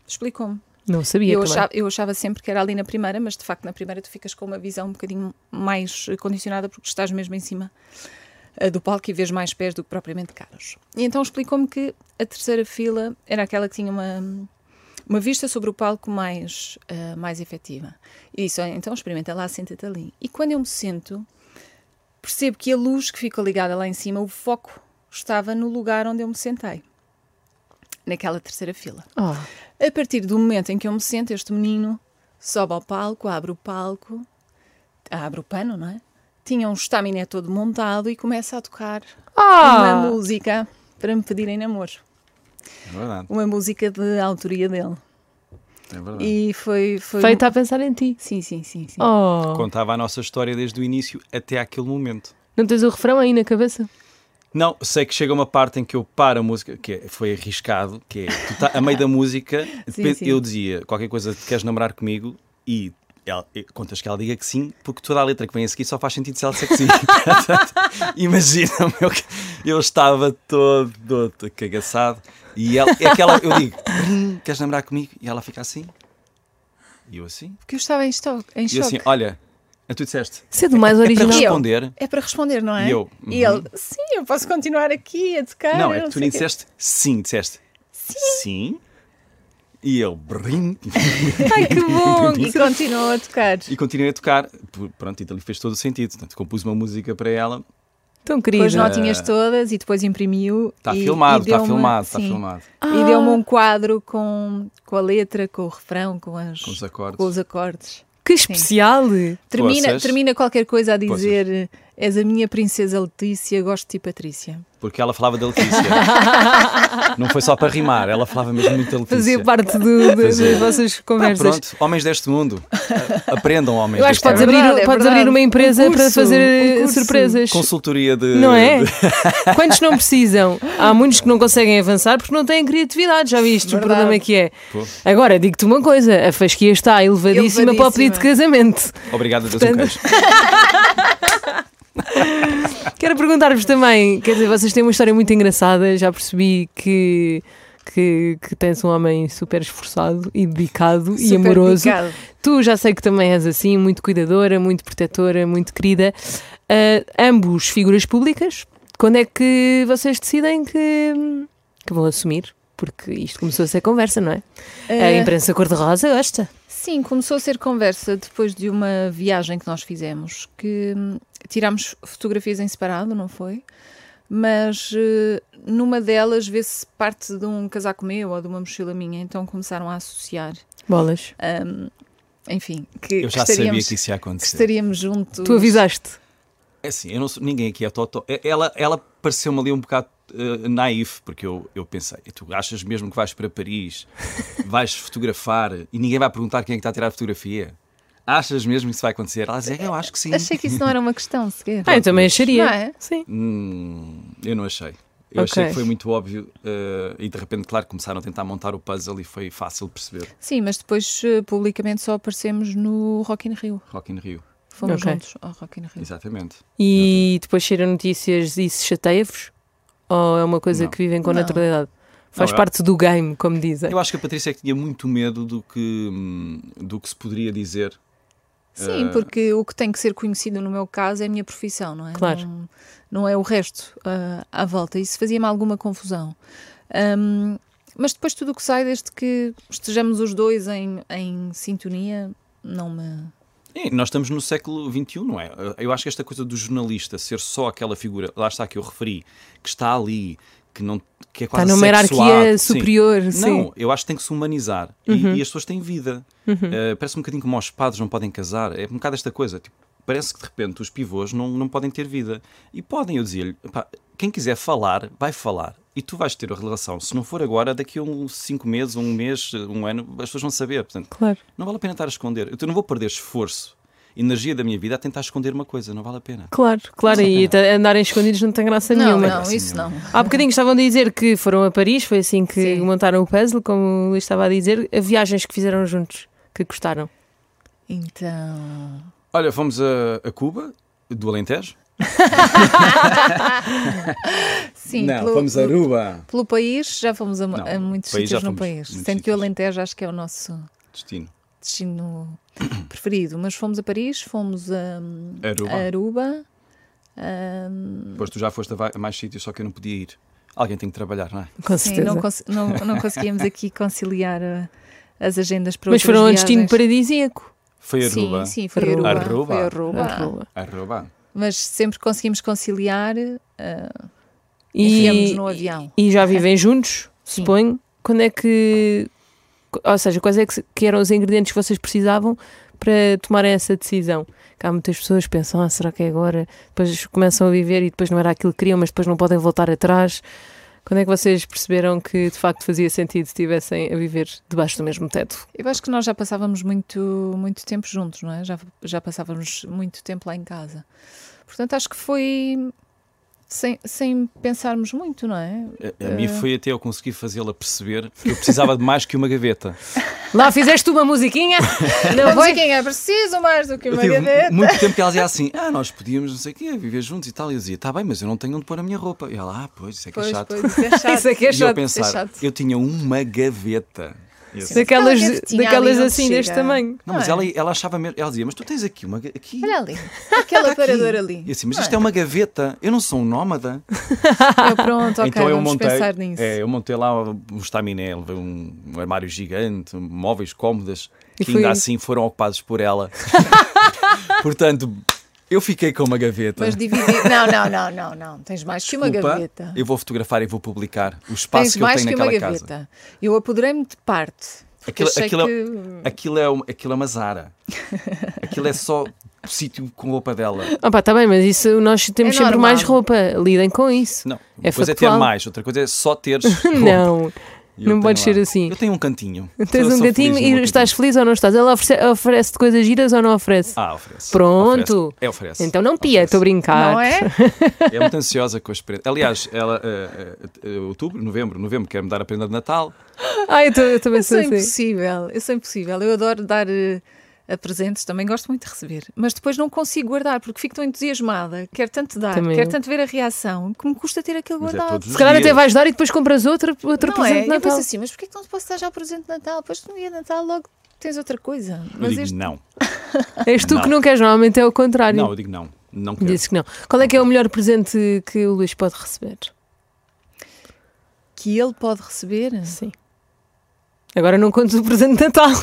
Speaker 3: Explicou-me.
Speaker 2: Não
Speaker 3: E
Speaker 2: sabia
Speaker 3: Eu
Speaker 2: também.
Speaker 3: achava, eu achava sempre que era ali na primeira, mas de facto na primeira tu ficas com uma visão um bocadinho mais eh, condicionada porque estás mesmo em cima eh, do palco e vês mais pés do que propriamente caros. E então explicou-me que a terceira fila era aquela que tinha uma, uma vista sobre o palco mais, eh, mais efetiva. E disse, "Olha, então experimenta lá, senta-te ali. E quando eu me sento, percebo que a luz que ficou ligada lá em cima, o foco estava no lugar onde eu me sentei, naquela terceira fila.
Speaker 2: Ah,
Speaker 3: A partir do momento em que eu me sento, este menino sobe ao palco, abre o palco, abre o pano, não é? Tinha um estaminé todo montado e começa a tocar uma
Speaker 2: ah.
Speaker 3: música para me pedirem namoro.
Speaker 4: É verdade,
Speaker 3: Uma música de autoria dele.
Speaker 4: é verdade.
Speaker 3: E foi. foi... um
Speaker 2: feita a pensar em ti.
Speaker 3: Sim, sim, sim.
Speaker 4: Ah.
Speaker 3: sim.
Speaker 2: Oh.
Speaker 4: Contava a nossa história desde o início até aquele momento.
Speaker 2: Não tens o refrão aí na cabeça?
Speaker 4: Não, sei que chega uma parte em que eu paro a música, que é- foi arriscado, que é, tu tá, a meio da música,
Speaker 3: <laughs> Sim,
Speaker 4: depen-
Speaker 3: sim.
Speaker 4: eu dizia qualquer coisa, queres namorar comigo? E ela, e contas que ela diga que sim, porque toda a letra que vem a seguir só faz sentido se ela disser que
Speaker 3: <laughs>
Speaker 4: sim. <laughs> Portanto, Imagina, meu, eu estava todo, todo cagaçado e ela, é aquela, eu digo, "Hum, queres namorar comigo? E ela fica assim, e eu assim,
Speaker 3: Porque eu estava em, esto- em
Speaker 4: e eu assim,
Speaker 3: choque.
Speaker 4: olha, a tu disseste,
Speaker 2: Sendo mais
Speaker 4: é
Speaker 3: <laughs>
Speaker 4: para
Speaker 2: original.
Speaker 3: E eu?
Speaker 4: responder...
Speaker 3: É para responder, não é?
Speaker 4: E eu, uhum.
Speaker 3: E ele, sim, eu posso continuar aqui a tocar.
Speaker 4: Não, é
Speaker 3: eu
Speaker 4: que tu
Speaker 3: sei
Speaker 4: nem
Speaker 3: quê."
Speaker 4: disseste sim, disseste sim. E eu brim
Speaker 3: Ai, que bom! E continuou a tocar.
Speaker 4: e continuei a tocar. P- Pronto, então lhe fez todo o sentido. Portanto, compus uma música para ela.
Speaker 2: Tão
Speaker 3: Com
Speaker 2: querida.
Speaker 3: as notinhas todas e depois imprimiu.
Speaker 4: Está
Speaker 3: e-
Speaker 4: tá filmado,
Speaker 3: e
Speaker 4: está
Speaker 3: deu-me-
Speaker 4: filmado, está
Speaker 3: sim.
Speaker 4: filmado.
Speaker 2: Ah.
Speaker 3: E deu-me um quadro com, com a letra, com o refrão, com, as,
Speaker 4: Com os acordes.
Speaker 3: com os acordes.
Speaker 2: Que especial.
Speaker 3: Termina,
Speaker 4: Poças.
Speaker 3: termina qualquer coisa a dizer: És a minha princesa Letícia, gosto de ti, Patrícia.
Speaker 4: Porque ela falava da Letícia. Não foi só para rimar, ela falava mesmo muito da Letícia.
Speaker 2: Fazia parte do- do-
Speaker 4: Fazia.
Speaker 2: das
Speaker 3: Ah,
Speaker 2: vossas
Speaker 4: Pá,
Speaker 2: conversas.
Speaker 4: pronto, homens deste mundo, a- aprendam, homens
Speaker 2: Eu acho que
Speaker 4: deste
Speaker 2: podes,
Speaker 4: mundo.
Speaker 3: verdade,
Speaker 2: abrir,
Speaker 3: é
Speaker 2: podes
Speaker 3: verdade.
Speaker 2: abrir uma empresa
Speaker 3: Um curso,
Speaker 2: para fazer
Speaker 3: um
Speaker 2: eh,
Speaker 3: curso.
Speaker 2: surpresas.
Speaker 4: Consultoria de.
Speaker 2: Não é?
Speaker 3: Eh, <laughs>
Speaker 2: Quantos não precisam? Há muitos que não conseguem avançar porque não têm criatividade, já viste o
Speaker 3: Verdade.
Speaker 2: problema que é.
Speaker 4: Pô.
Speaker 2: Agora, digo-te uma coisa: a fasquia está elevadíssima, para o pedido de casamento.
Speaker 4: Obrigado a Deus um
Speaker 2: Portanto-
Speaker 4: queijo.
Speaker 2: Quero perguntar-vos também: quer dizer, vocês têm uma história muito engraçada, já percebi que. Que, que tens um homem super esforçado e dedicado e
Speaker 3: Super
Speaker 2: amoroso.
Speaker 3: dedicado.
Speaker 2: Tu já sei que também és assim, muito cuidadora, muito protetora, muito querida. Ah, ambos figuras públicas. Quando é que vocês decidem que, que vão assumir? Porque isto começou a ser conversa, não é? A
Speaker 3: Eh,
Speaker 2: imprensa cor-de-rosa gosta.
Speaker 3: Sim, começou a ser conversa depois de uma viagem que nós fizemos, que hum, tirámos fotografias em separado, não foi? Mas eh, numa delas vê-se parte de um casaco meu ou de uma mochila minha, então começaram a associar.
Speaker 2: Bolas.
Speaker 3: Enfim, que
Speaker 4: Eu já sabia
Speaker 3: estaríamos,
Speaker 4: que isso ia acontecer.
Speaker 3: que estaríamos juntos.
Speaker 2: Tu avisaste.
Speaker 4: É assim, eu não sou, ninguém aqui é totó. É- Ela, ela pareceu-me ali um bocado eh, naif, porque eu, eu pensei, tu achas mesmo que vais para Paris, vais fotografar e ninguém vai perguntar quem é que está a tirar a fotografia? Achas mesmo que isso vai acontecer? Ela dizia, "É, eu acho que sim.
Speaker 3: Achei que isso não era uma questão sequer.
Speaker 2: Ah, eu também acharia.
Speaker 3: Não é?
Speaker 2: Sim.
Speaker 4: Hum, eu não achei. Eu achei
Speaker 2: Ok.
Speaker 4: que foi muito óbvio eh, e de repente, claro, começaram a tentar montar o puzzle e foi fácil perceber.
Speaker 3: Sim, mas depois eh, publicamente só aparecemos no Rock in Rio.
Speaker 4: Rock in Rio,
Speaker 3: Fomos
Speaker 2: Ok.
Speaker 3: juntos ao Rock in Rio.
Speaker 4: exatamente.
Speaker 2: E depois cheiram notícias e isso chateia-vos? Ou é uma coisa
Speaker 4: Não.
Speaker 2: que vivem com
Speaker 3: Não.
Speaker 2: naturalidade? Faz
Speaker 4: Não, eu-
Speaker 2: parte do game, como dizem.
Speaker 4: Eu acho que a Patrícia é que tinha muito medo do que, hum, do que se poderia dizer
Speaker 3: Sim,
Speaker 4: Eh,
Speaker 3: porque o que tem que ser conhecido no meu caso é a minha profissão, não é?
Speaker 2: Claro.
Speaker 3: Não, não é o resto ah, à volta. Isso fazia-me alguma confusão. Ahm, mas depois tudo o que sai, desde que estejamos os dois em, em sintonia, não me.
Speaker 4: É, nós estamos no século XXI, não é? Eu acho que esta coisa do jornalista ser só aquela figura, lá está que eu referi, que está ali, que, não, que é
Speaker 2: Está
Speaker 4: quase
Speaker 2: numa hierarquia
Speaker 4: assexuado.
Speaker 2: superior, sim. Uhum.
Speaker 4: Sim. Não, eu acho que tem que se humanizar. E- E, as pessoas têm vida. Eh, parece um bocadinho como os padres não podem casar. É um bocado esta coisa. tipo, parece que de repente os pivôs não, não podem ter vida. E podem, eu dizia-lhe, "Pá, quem quiser falar, vai falar. E tu vais ter a relação. Se não for agora, daqui a uns 5 meses, um mês, um ano, as pessoas vão saber. Portanto,
Speaker 2: Claro.
Speaker 4: não vale a pena estar a esconder. Eu não vou perder esforço, energia da minha vida a tentar esconder uma coisa. Não vale a pena.
Speaker 2: Claro, claro, e até andarem escondidos não tem graça
Speaker 3: Não,
Speaker 2: nenhuma.
Speaker 3: não, isso não.
Speaker 2: Há bocadinho estavam a dizer que foram a Paris, foi assim que
Speaker 3: Sim.
Speaker 2: montaram o puzzle, como o Luís estava a dizer, a viagens que fizeram juntos, que gostaram.
Speaker 3: Então.
Speaker 4: Olha, fomos a, a Cuba, do Alentejo.
Speaker 3: Sim, pelo, pelo-
Speaker 4: Aruba.
Speaker 3: pelo país já fomos a, mu-
Speaker 4: Não,
Speaker 3: a muitos
Speaker 4: país já
Speaker 3: sítios no
Speaker 4: fomos,
Speaker 3: país.
Speaker 4: muitos
Speaker 3: Sendo que o
Speaker 4: sítios.
Speaker 3: Alentejo acho que é o nosso
Speaker 4: Destino. <clears throat>
Speaker 3: destino preferido. Mas fomos a Paris, fomos a, hum,
Speaker 4: Aruba.
Speaker 3: a Aruba. hum,
Speaker 4: Depois tu já foste a vai- a mais sítios, só que eu não podia ir. Alguém tem que trabalhar, não é?
Speaker 2: Com
Speaker 3: Sim,
Speaker 2: certeza.
Speaker 3: não, cons- não- não conseguíamos aqui conciliar uh, as agendas para
Speaker 2: Mas
Speaker 3: outras
Speaker 2: foram a um destino
Speaker 3: viagens.
Speaker 2: paradisíaco.
Speaker 4: Foi a Aruba.
Speaker 3: Sim, sim, foi
Speaker 2: Aruba.
Speaker 3: Aruba.
Speaker 4: Aruba.
Speaker 3: Foi Aruba.
Speaker 2: Arroa.
Speaker 4: Aruba.
Speaker 3: Mas sempre conseguimos conciliar. uh,
Speaker 2: E,
Speaker 3: Viemos no avião.
Speaker 2: e já
Speaker 3: É.
Speaker 2: vivem juntos, suponho. Quando é que. Ou seja, quais é que, se- que eram os ingredientes que vocês precisavam para tomarem essa decisão? Que há muitas pessoas que pensam, ah, será que é agora? Depois começam a viver e depois não era aquilo que queriam, mas depois não podem voltar atrás. Quando é que vocês perceberam que de facto fazia sentido se estivessem a viver debaixo do mesmo teto?
Speaker 3: eu acho que nós já passávamos muito, muito tempo juntos, não é? Já, já passávamos muito tempo lá em casa. Portanto, acho que foi sem, sem pensarmos muito, não é?
Speaker 4: A, a mim foi até eu conseguir fazê-la perceber que eu precisava de mais que uma gaveta.
Speaker 2: Lá fizeste uma
Speaker 3: <laughs>
Speaker 2: musiquinha? Não
Speaker 3: Vamos
Speaker 2: foi?
Speaker 3: ver quem é preciso mais do que
Speaker 4: Eu
Speaker 3: <laughs> uma
Speaker 4: tive
Speaker 3: gaveta.
Speaker 4: muito tempo que ela dizia assim: Ah, nós podíamos, não sei o quê, viver juntos e tal. E eu dizia: Está bem, mas eu não tenho onde pôr a minha roupa. E ela: Ah, pois, isso é que
Speaker 3: Pois,
Speaker 4: é chato.
Speaker 3: pois, isso é
Speaker 4: <laughs>
Speaker 3: chato.
Speaker 2: Isso é que é
Speaker 4: e eu a
Speaker 2: chato.
Speaker 4: pensar:
Speaker 3: é chato.
Speaker 4: Eu tinha uma gaveta. Eu-
Speaker 2: Daquelas,
Speaker 3: Aquela gavetinha
Speaker 2: daquelas
Speaker 3: ali onde
Speaker 2: assim deste
Speaker 3: chega.
Speaker 2: tamanho.
Speaker 4: Não, mas
Speaker 3: Não é?
Speaker 4: ela, ela achava mesmo. Ela dizia: Mas tu tens aqui uma. ga- Aqui,
Speaker 3: Olha ali, aquele
Speaker 4: Tá aqui."
Speaker 3: aparador ali. Ah,
Speaker 4: E eu assim: Mas
Speaker 3: Não
Speaker 4: isto é uma gaveta. Eu não sou um nómada.
Speaker 3: Eu, tá pronto, ok,
Speaker 4: então eu
Speaker 3: vamos
Speaker 4: montei,
Speaker 3: pensar nisso.
Speaker 4: É, eu montei lá um estaminé, levei um, um armário gigante, móveis cômodas,
Speaker 2: E
Speaker 4: que
Speaker 2: foi-
Speaker 4: ainda assim foram ocupados
Speaker 3: <laughs>
Speaker 4: por ela. Portanto, eu fiquei com uma gaveta.
Speaker 3: Mas dividir. Não, não, não, não, não. Tens mais que uma
Speaker 4: é. Desculpa,
Speaker 3: gaveta.
Speaker 4: Eu vou fotografar e vou publicar o espaço
Speaker 3: Tens
Speaker 4: que eu
Speaker 3: mais
Speaker 4: tenho
Speaker 3: que uma
Speaker 4: naquela
Speaker 3: gaveta.
Speaker 4: casa.
Speaker 3: Eu apoderei-me de parte. porque
Speaker 4: Aquilo,
Speaker 3: achei
Speaker 4: aquilo, é,
Speaker 3: que-
Speaker 4: aquilo, é, um- aquilo é
Speaker 2: <laughs>
Speaker 4: uma Zara. Aquilo é só o sítio com roupa dela.
Speaker 2: Ah pá, tá bem, mas isso nós temos
Speaker 3: É
Speaker 2: sempre
Speaker 3: normal.
Speaker 2: mais roupa. Lidem com isso.
Speaker 4: Não,
Speaker 2: É
Speaker 4: uma coisa é
Speaker 2: factual.
Speaker 4: ter mais, outra coisa é
Speaker 2: <laughs>
Speaker 4: só teres. roupa.
Speaker 2: Não.
Speaker 4: E eu
Speaker 2: não
Speaker 4: tenho
Speaker 2: pode
Speaker 4: lá.
Speaker 2: ser assim.
Speaker 4: Eu tenho um cantinho.
Speaker 2: <laughs> Tens
Speaker 4: Sou-
Speaker 2: um
Speaker 4: sou feliz
Speaker 2: gatinho
Speaker 4: no
Speaker 2: e
Speaker 4: meu
Speaker 2: estás
Speaker 4: cantinho.
Speaker 2: feliz ou não estás? Ela oferece- oferece-te coisas giras ou não oferece?
Speaker 4: Ah, oferece.
Speaker 2: Pronto.
Speaker 4: Oferece. É, oferece.
Speaker 2: então não pia, estou a brincar.
Speaker 3: Não é?
Speaker 4: É muito ansiosa com a experiência. Aliás, ela, eh, eh, eh, outubro, novembro, novembro, quer-me dar a prenda de Natal.
Speaker 2: Ai, eu tô- eu também
Speaker 3: Eu
Speaker 2: sou
Speaker 3: sou
Speaker 2: assim.
Speaker 3: impossível. Eu sou impossível. Eu adoro dar eh, a presentes, também gosto muito de receber. Mas depois não consigo guardar porque fico tão entusiasmada. Quero tanto dar,
Speaker 2: Também
Speaker 3: quero
Speaker 2: eu.
Speaker 3: tanto ver a reação que me custa ter aquele
Speaker 4: Mas é
Speaker 3: guardado.
Speaker 4: todos os
Speaker 2: Se calhar até
Speaker 4: dias.
Speaker 2: vais dar e depois compras outra, outro
Speaker 3: não
Speaker 2: presente
Speaker 3: é?
Speaker 2: de
Speaker 3: Eu
Speaker 2: Natal.
Speaker 3: penso assim, mas porquê que não te posso dar já o presente de Natal? Pois no dia de Natal logo tens outra coisa.
Speaker 4: Eu
Speaker 3: Mas
Speaker 4: digo
Speaker 3: este
Speaker 4: não.
Speaker 2: És tu que
Speaker 4: Não.
Speaker 2: assim. não queres, normalmente é o contrário.
Speaker 4: Não, eu digo não. Não quero.
Speaker 2: Disse que não. Qual é que é o melhor presente que o Luís pode receber?
Speaker 3: que ele pode receber?
Speaker 2: Sim. Agora não contes o presente de Natal.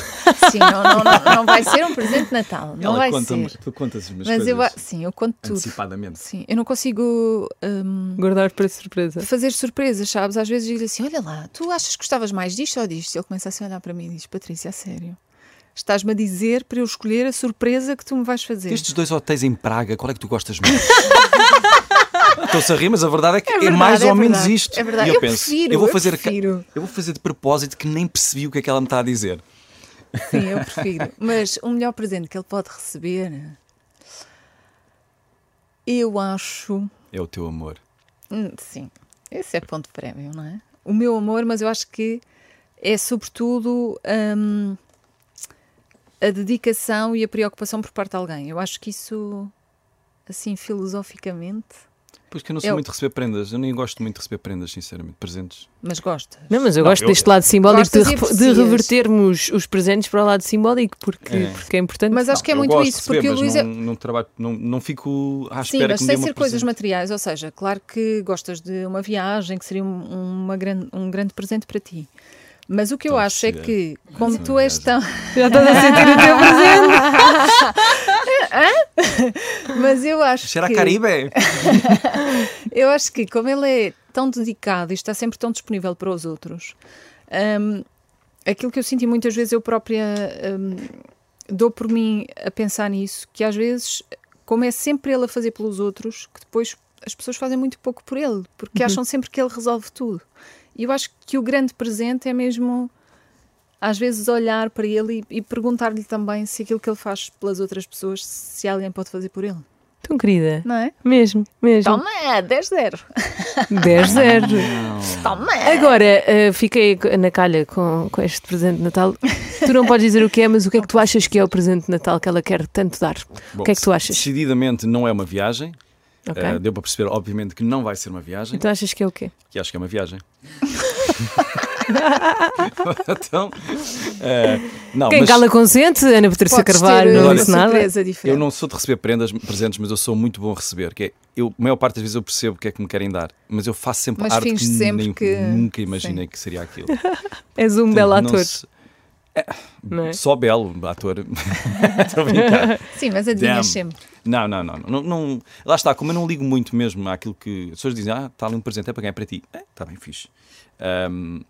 Speaker 3: Sim, não, não, não, não vai ser um presente de Natal. Não
Speaker 4: ela
Speaker 3: vai
Speaker 4: conta-me-
Speaker 3: ser.
Speaker 4: Tu contas as minhas
Speaker 3: Mas eu, a-
Speaker 4: coisas
Speaker 3: sim, eu conto tudo.
Speaker 4: antecipadamente.
Speaker 3: Sim, eu não consigo hum,
Speaker 2: Guardar para surpresa.
Speaker 3: fazer surpresas, sabes? Às vezes digo assim: olha lá, tu achas que gostavas mais disto ou disto? E ele começa assim a olhar para mim e diz: Patrícia, a sério, estás-me a dizer para eu escolher a surpresa que tu me vais fazer?
Speaker 4: Estes dois hotéis em Praga, qual é que tu gostas
Speaker 3: <laughs>
Speaker 4: mais? Estou-se a rir, mas a verdade é que é,
Speaker 3: verdade,
Speaker 4: mais
Speaker 3: é
Speaker 4: ou menos
Speaker 3: verdade,
Speaker 4: isto.
Speaker 3: é verdade.
Speaker 4: E eu,
Speaker 3: Eu
Speaker 4: penso,
Speaker 3: prefiro,
Speaker 4: eu vou
Speaker 3: eu
Speaker 4: fazer ca-
Speaker 3: prefiro.
Speaker 4: eu vou fazer de propósito que nem percebi o que é que ela me está a dizer.
Speaker 3: Sim, eu prefiro. <laughs> Mas o melhor presente que ele pode receber, eu acho.
Speaker 4: É o teu amor.
Speaker 3: Hum, Sim, esse é ponto prémio, não é? O meu amor, mas eu acho que é sobretudo hum, a dedicação e a preocupação por parte de alguém. Eu acho que isso, assim, filosoficamente,
Speaker 4: Pois que eu não sou
Speaker 3: Eu-
Speaker 4: muito de receber prendas. Eu nem gosto muito de receber prendas, sinceramente. Presentes.
Speaker 3: mas gosta.
Speaker 2: Não, mas eu
Speaker 4: Não,
Speaker 2: gosto
Speaker 4: eu-
Speaker 2: deste lado simbólico de,
Speaker 3: Gostas e
Speaker 2: repo- de
Speaker 3: aprecias.
Speaker 2: revertermos os presentes para o lado simbólico, porque é,
Speaker 4: É.
Speaker 2: porque é importante.
Speaker 3: Mas acho que é
Speaker 4: Eu
Speaker 3: muito
Speaker 4: gosto de
Speaker 3: isso,
Speaker 4: receber,
Speaker 3: porque o
Speaker 4: mas
Speaker 3: Luís é.
Speaker 4: não, não, trabalho, não, não fico à
Speaker 3: Sim,
Speaker 4: espera
Speaker 3: mas
Speaker 4: que me dê
Speaker 3: sem
Speaker 4: uma
Speaker 3: ser coisas
Speaker 4: presente.
Speaker 3: materiais, ou seja, claro que gostas de uma viagem, que seria um, uma grande, um grande presente para ti. Mas o que eu
Speaker 4: Tão
Speaker 3: acho é
Speaker 4: vestida.
Speaker 3: que, como
Speaker 4: uma
Speaker 3: tu és
Speaker 2: <laughs>
Speaker 3: tão. <laughs>
Speaker 2: Já estás a sentir o teu presente.
Speaker 3: Mas eu acho.
Speaker 4: Cheira a
Speaker 3: que...
Speaker 4: Caribe.
Speaker 3: Eu acho que como ele é tão dedicada e está sempre tão disponível para os outros. Hum, aquilo que eu sinto e muitas vezes eu própria hum, dou por mim a pensar nisso, que às vezes, como é sempre ele a fazer pelos outros, que depois as pessoas fazem muito pouco por ele, porque acham sempre que ele resolve tudo. E eu acho que o grande presente é mesmo às vezes olhar para ele e, e perguntar-lhe também se aquilo que ele faz pelas outras pessoas, se alguém pode fazer por ele,
Speaker 2: Tão querida.
Speaker 3: não é?
Speaker 2: Mesmo, mesmo.
Speaker 3: Toma, é, 10-0. <laughs>
Speaker 2: 10-0.
Speaker 3: Toma!
Speaker 4: Ah.
Speaker 2: Agora, eh, fiquei na calha com, com este presente de Natal. Tu não podes dizer o que é, mas o que é que tu achas que é o presente de Natal que ela quer tanto dar?
Speaker 4: Bom,
Speaker 2: que é que tu achas?
Speaker 4: Decididamente não é uma viagem.
Speaker 2: Ok.
Speaker 4: Eh, deu para perceber, obviamente, que não vai ser uma viagem.
Speaker 2: Então achas que é o quê?
Speaker 4: que acho que é
Speaker 2: <laughs>
Speaker 4: uma viagem. então, eh, não,
Speaker 2: Quem
Speaker 4: mas
Speaker 2: cala consente, Ana Patrícia
Speaker 3: Podes
Speaker 2: Carvalho,
Speaker 3: ter
Speaker 2: não
Speaker 3: eh,
Speaker 4: olha,
Speaker 3: uma
Speaker 2: disse nada.
Speaker 3: surpresa diferente.
Speaker 4: eu não sou de receber prendas, presentes, mas eu sou muito bom a receber. Que é, eu, a maior parte das vezes eu percebo o que é que me querem dar, mas eu faço sempre
Speaker 3: Mas
Speaker 4: arte que,
Speaker 3: finges sempre
Speaker 4: nem-
Speaker 3: que-
Speaker 4: nunca imaginei que seria aquilo.
Speaker 2: És um <laughs> belo
Speaker 4: Portanto, não
Speaker 2: ator.
Speaker 4: se- É,
Speaker 2: Não é?
Speaker 4: Só belo ator. <laughs> Estou a brincar.
Speaker 3: Sim, mas adivinhas
Speaker 4: Damn.
Speaker 3: sempre.
Speaker 4: Não, não, não, não, não. Lá está, como eu não ligo muito mesmo àquilo que. As pessoas dizem, ah, está ali um presente, é para ganhar para ti. É, está bem fixe. Ahm,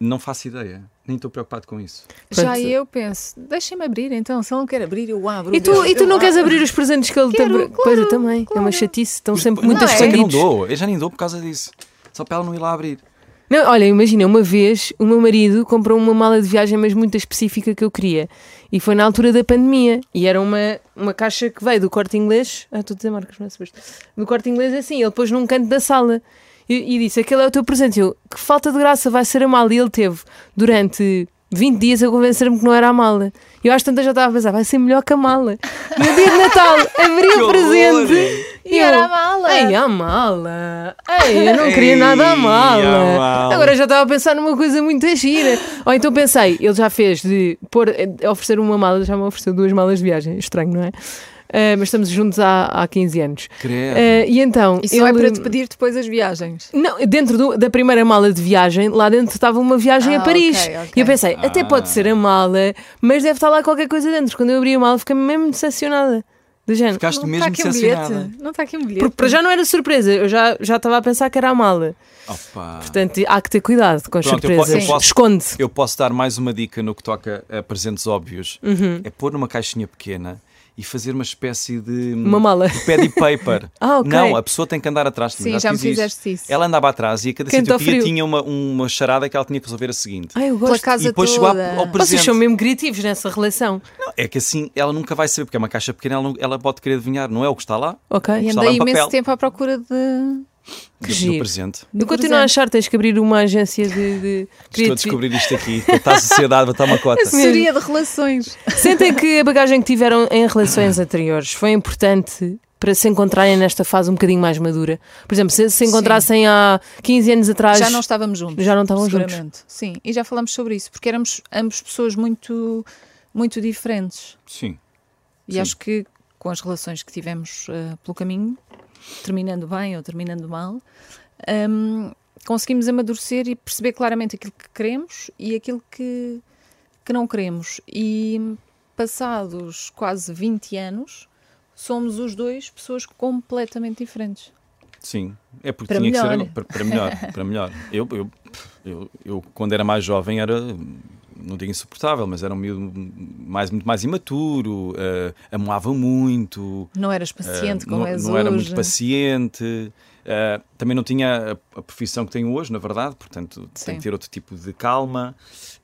Speaker 4: não faço ideia, nem estou preocupado com isso.
Speaker 3: Já
Speaker 2: Pronto.
Speaker 3: eu penso, deixem-me abrir então, se ele não quer abrir, eu abro.
Speaker 2: E tu,
Speaker 3: Eu-
Speaker 2: e tu
Speaker 3: eu
Speaker 2: não queres
Speaker 3: abro.
Speaker 2: abrir os presentes que ele tem?
Speaker 3: Quero,
Speaker 2: para- Pois eu
Speaker 3: claro,
Speaker 2: também. É uma
Speaker 3: claro.
Speaker 2: chatice, estão sempre muito
Speaker 3: não é?
Speaker 4: Mas é que eu não
Speaker 2: escondidos.
Speaker 4: dou, eu já nem dou por causa disso. Só para ela não ir lá abrir.
Speaker 2: Não, olha, imagina, uma vez o meu marido comprou uma mala de viagem, mas muito específica que eu queria. E foi na altura da pandemia. E era uma, uma caixa que veio do corte inglês. Ah, estou a dizer marcas, não é suposto. Do corte inglês, assim, ele pôs num canto da sala. E, e disse: Aquele é o teu presente. Eu, que falta de graça, vai ser a mala. E ele teve durante 20 dias a convencer-me que não era a mala. E eu às tantas já estava a pensar: vai ser melhor que a mala. No dia de Natal, abri
Speaker 4: Que
Speaker 2: o
Speaker 4: horror!
Speaker 2: presente.
Speaker 3: E era a
Speaker 2: eu,
Speaker 3: mala.
Speaker 2: Ei, a mala! Ei, eu não queria
Speaker 4: Ei,
Speaker 2: nada à mala.
Speaker 4: a mala.
Speaker 2: Agora já estava a pensar numa coisa muito gira. Ou então pensei, ele já fez de pôr, eh, oferecer uma mala, já me ofereceu duas malas de viagem. Estranho, não é? Eh, mas estamos juntos há, há 15 anos.
Speaker 4: Credo.
Speaker 2: Eh, e então.
Speaker 3: Isso não é para te pedir depois as viagens.
Speaker 2: Não, dentro do- da primeira mala de viagem, lá dentro estava uma viagem
Speaker 3: Ah,
Speaker 2: a Paris.
Speaker 3: ok, ok.
Speaker 2: E eu pensei, até
Speaker 4: Ah.
Speaker 2: pode ser a mala, mas deve estar lá qualquer coisa dentro. Quando eu abri a mala, fiquei mesmo decepcionada. Do género.
Speaker 4: Ficaste
Speaker 3: não está
Speaker 4: mesmo né?
Speaker 3: aqui um
Speaker 4: decepcionada.
Speaker 3: bilhete. Não está aqui um bilhete.
Speaker 2: Porque para já não era surpresa, eu já, já estava a pensar que era a mala.
Speaker 4: Opa.
Speaker 2: Portanto, há que ter cuidado com as
Speaker 4: Pronto, eu po- eu
Speaker 2: surpresas.
Speaker 4: posso-
Speaker 2: Esconde.
Speaker 4: Eu posso dar mais uma dica no que toca a presentes óbvios.
Speaker 3: Uhum.
Speaker 4: É pôr numa caixinha pequena e fazer uma espécie de
Speaker 2: Uma mala.
Speaker 4: de pad e
Speaker 3: <laughs>
Speaker 4: paper.
Speaker 2: Ah, ok.
Speaker 4: Não, a pessoa tem que andar atrás.
Speaker 3: Sim, já me fizeste isso.
Speaker 4: Ela andava atrás e a cada
Speaker 2: Quente
Speaker 4: sítio
Speaker 2: ou
Speaker 4: que ia
Speaker 2: frio?
Speaker 4: tinha uma, uma charada que ela tinha que resolver a seguinte.
Speaker 2: Ai, eu
Speaker 3: Pela
Speaker 2: gosto.
Speaker 4: e
Speaker 3: casa
Speaker 4: depois chegou
Speaker 3: toda.
Speaker 4: ao, ao
Speaker 2: Vocês
Speaker 4: presente.
Speaker 2: são mesmo criativos nessa relação.
Speaker 4: É que assim ela nunca vai saber, porque é uma caixa pequena, ela, não- ela pode querer adivinhar, não é o que está lá?
Speaker 2: Ok.
Speaker 3: E
Speaker 4: Está lá
Speaker 3: andei
Speaker 4: no papel.
Speaker 3: imenso tempo à procura de.
Speaker 4: do-
Speaker 2: Que
Speaker 4: do,
Speaker 2: giro.
Speaker 4: presente.
Speaker 2: Eu continuo a achar que tens que abrir uma agência de, de
Speaker 4: Estou a
Speaker 2: criatividade.
Speaker 4: descobrir isto aqui. Está a sociedade, está uma
Speaker 2: É
Speaker 4: cota.
Speaker 3: Seria de relações.
Speaker 2: <laughs> Sentem que a bagagem que tiveram em relações anteriores foi importante para se encontrarem nesta fase um bocadinho mais madura. Por exemplo, se se encontrassem há 15 anos atrás.
Speaker 3: Já não estávamos juntos.
Speaker 2: Já não estavam juntos.
Speaker 3: seguramente. Sim, e já falámos sobre isso, porque éramos ambos pessoas muito, muito diferentes.
Speaker 4: Sim.
Speaker 3: E
Speaker 4: Sim.
Speaker 3: acho que com as relações que tivemos eh, pelo caminho, terminando bem ou terminando mal, hum, conseguimos amadurecer e perceber claramente aquilo que queremos e aquilo que, que não queremos. E hum, passados quase 20 anos, somos os dois pessoas completamente diferentes.
Speaker 4: Sim, é porque
Speaker 3: Para
Speaker 4: tinha que ser
Speaker 3: melhor.
Speaker 4: agora. para, para melhor, para melhor. Eu, eu, eu, eu, quando era mais jovem era não digo insuportável, mas era um miúdo mais muito mais imaturo, eh, amoava muito,
Speaker 3: Não eras
Speaker 4: eh,
Speaker 3: paciente como
Speaker 4: não,
Speaker 3: és
Speaker 4: não
Speaker 3: hoje.
Speaker 4: era muito paciente, eh, também não tinha a, a profissão que tenho hoje, na verdade, portanto tem
Speaker 3: Sim.
Speaker 4: que ter outro tipo de calma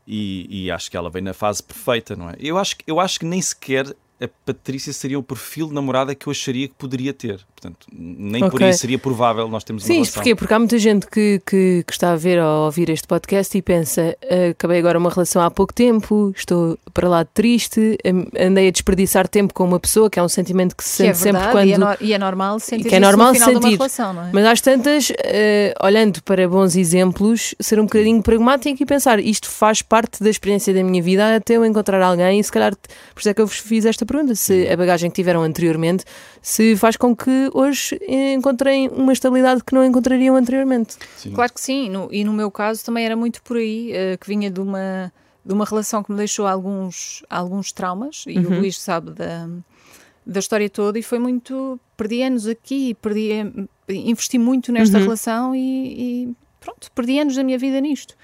Speaker 4: e, e acho que ela vem na fase perfeita, não é? Eu acho que eu acho que nem sequer a Patrícia seria o perfil de namorada que eu acharia que poderia ter. Portanto, nem por
Speaker 2: Ok.
Speaker 4: aí seria provável nós termos uma
Speaker 2: Sim, isto
Speaker 4: relação.
Speaker 2: porquê? Porque há muita gente que, que, que está a ver ou a ouvir este podcast e pensa: "Ah, acabei agora uma relação há pouco tempo, estou para lá triste, am- andei a desperdiçar tempo com uma pessoa, que é um sentimento que se
Speaker 3: Que é
Speaker 2: sente sempre
Speaker 3: verdade,
Speaker 2: quando.
Speaker 3: e, é nor- e é normal sentir
Speaker 2: que é normal
Speaker 3: no final de
Speaker 2: sentir.
Speaker 3: uma relação, não é?
Speaker 2: Mas às tantas, eh, olhando para bons exemplos, ser um bocadinho pragmático e pensar isto faz parte da experiência da minha vida até eu encontrar alguém e se calhar, por isso é que eu vos fiz esta pergunta, se a bagagem que tiveram anteriormente se faz com que hoje eh, encontrem uma estabilidade que não encontrariam anteriormente.
Speaker 4: Sim.
Speaker 3: Claro que sim, no- e no meu caso também era muito por aí, eh, que vinha de uma, de uma relação que me deixou alguns, alguns traumas, e o Luís sabe da, da história toda, e foi muito. Perdi anos aqui, perdi. investi muito nesta relação e, e pronto, perdi anos da minha vida nisto.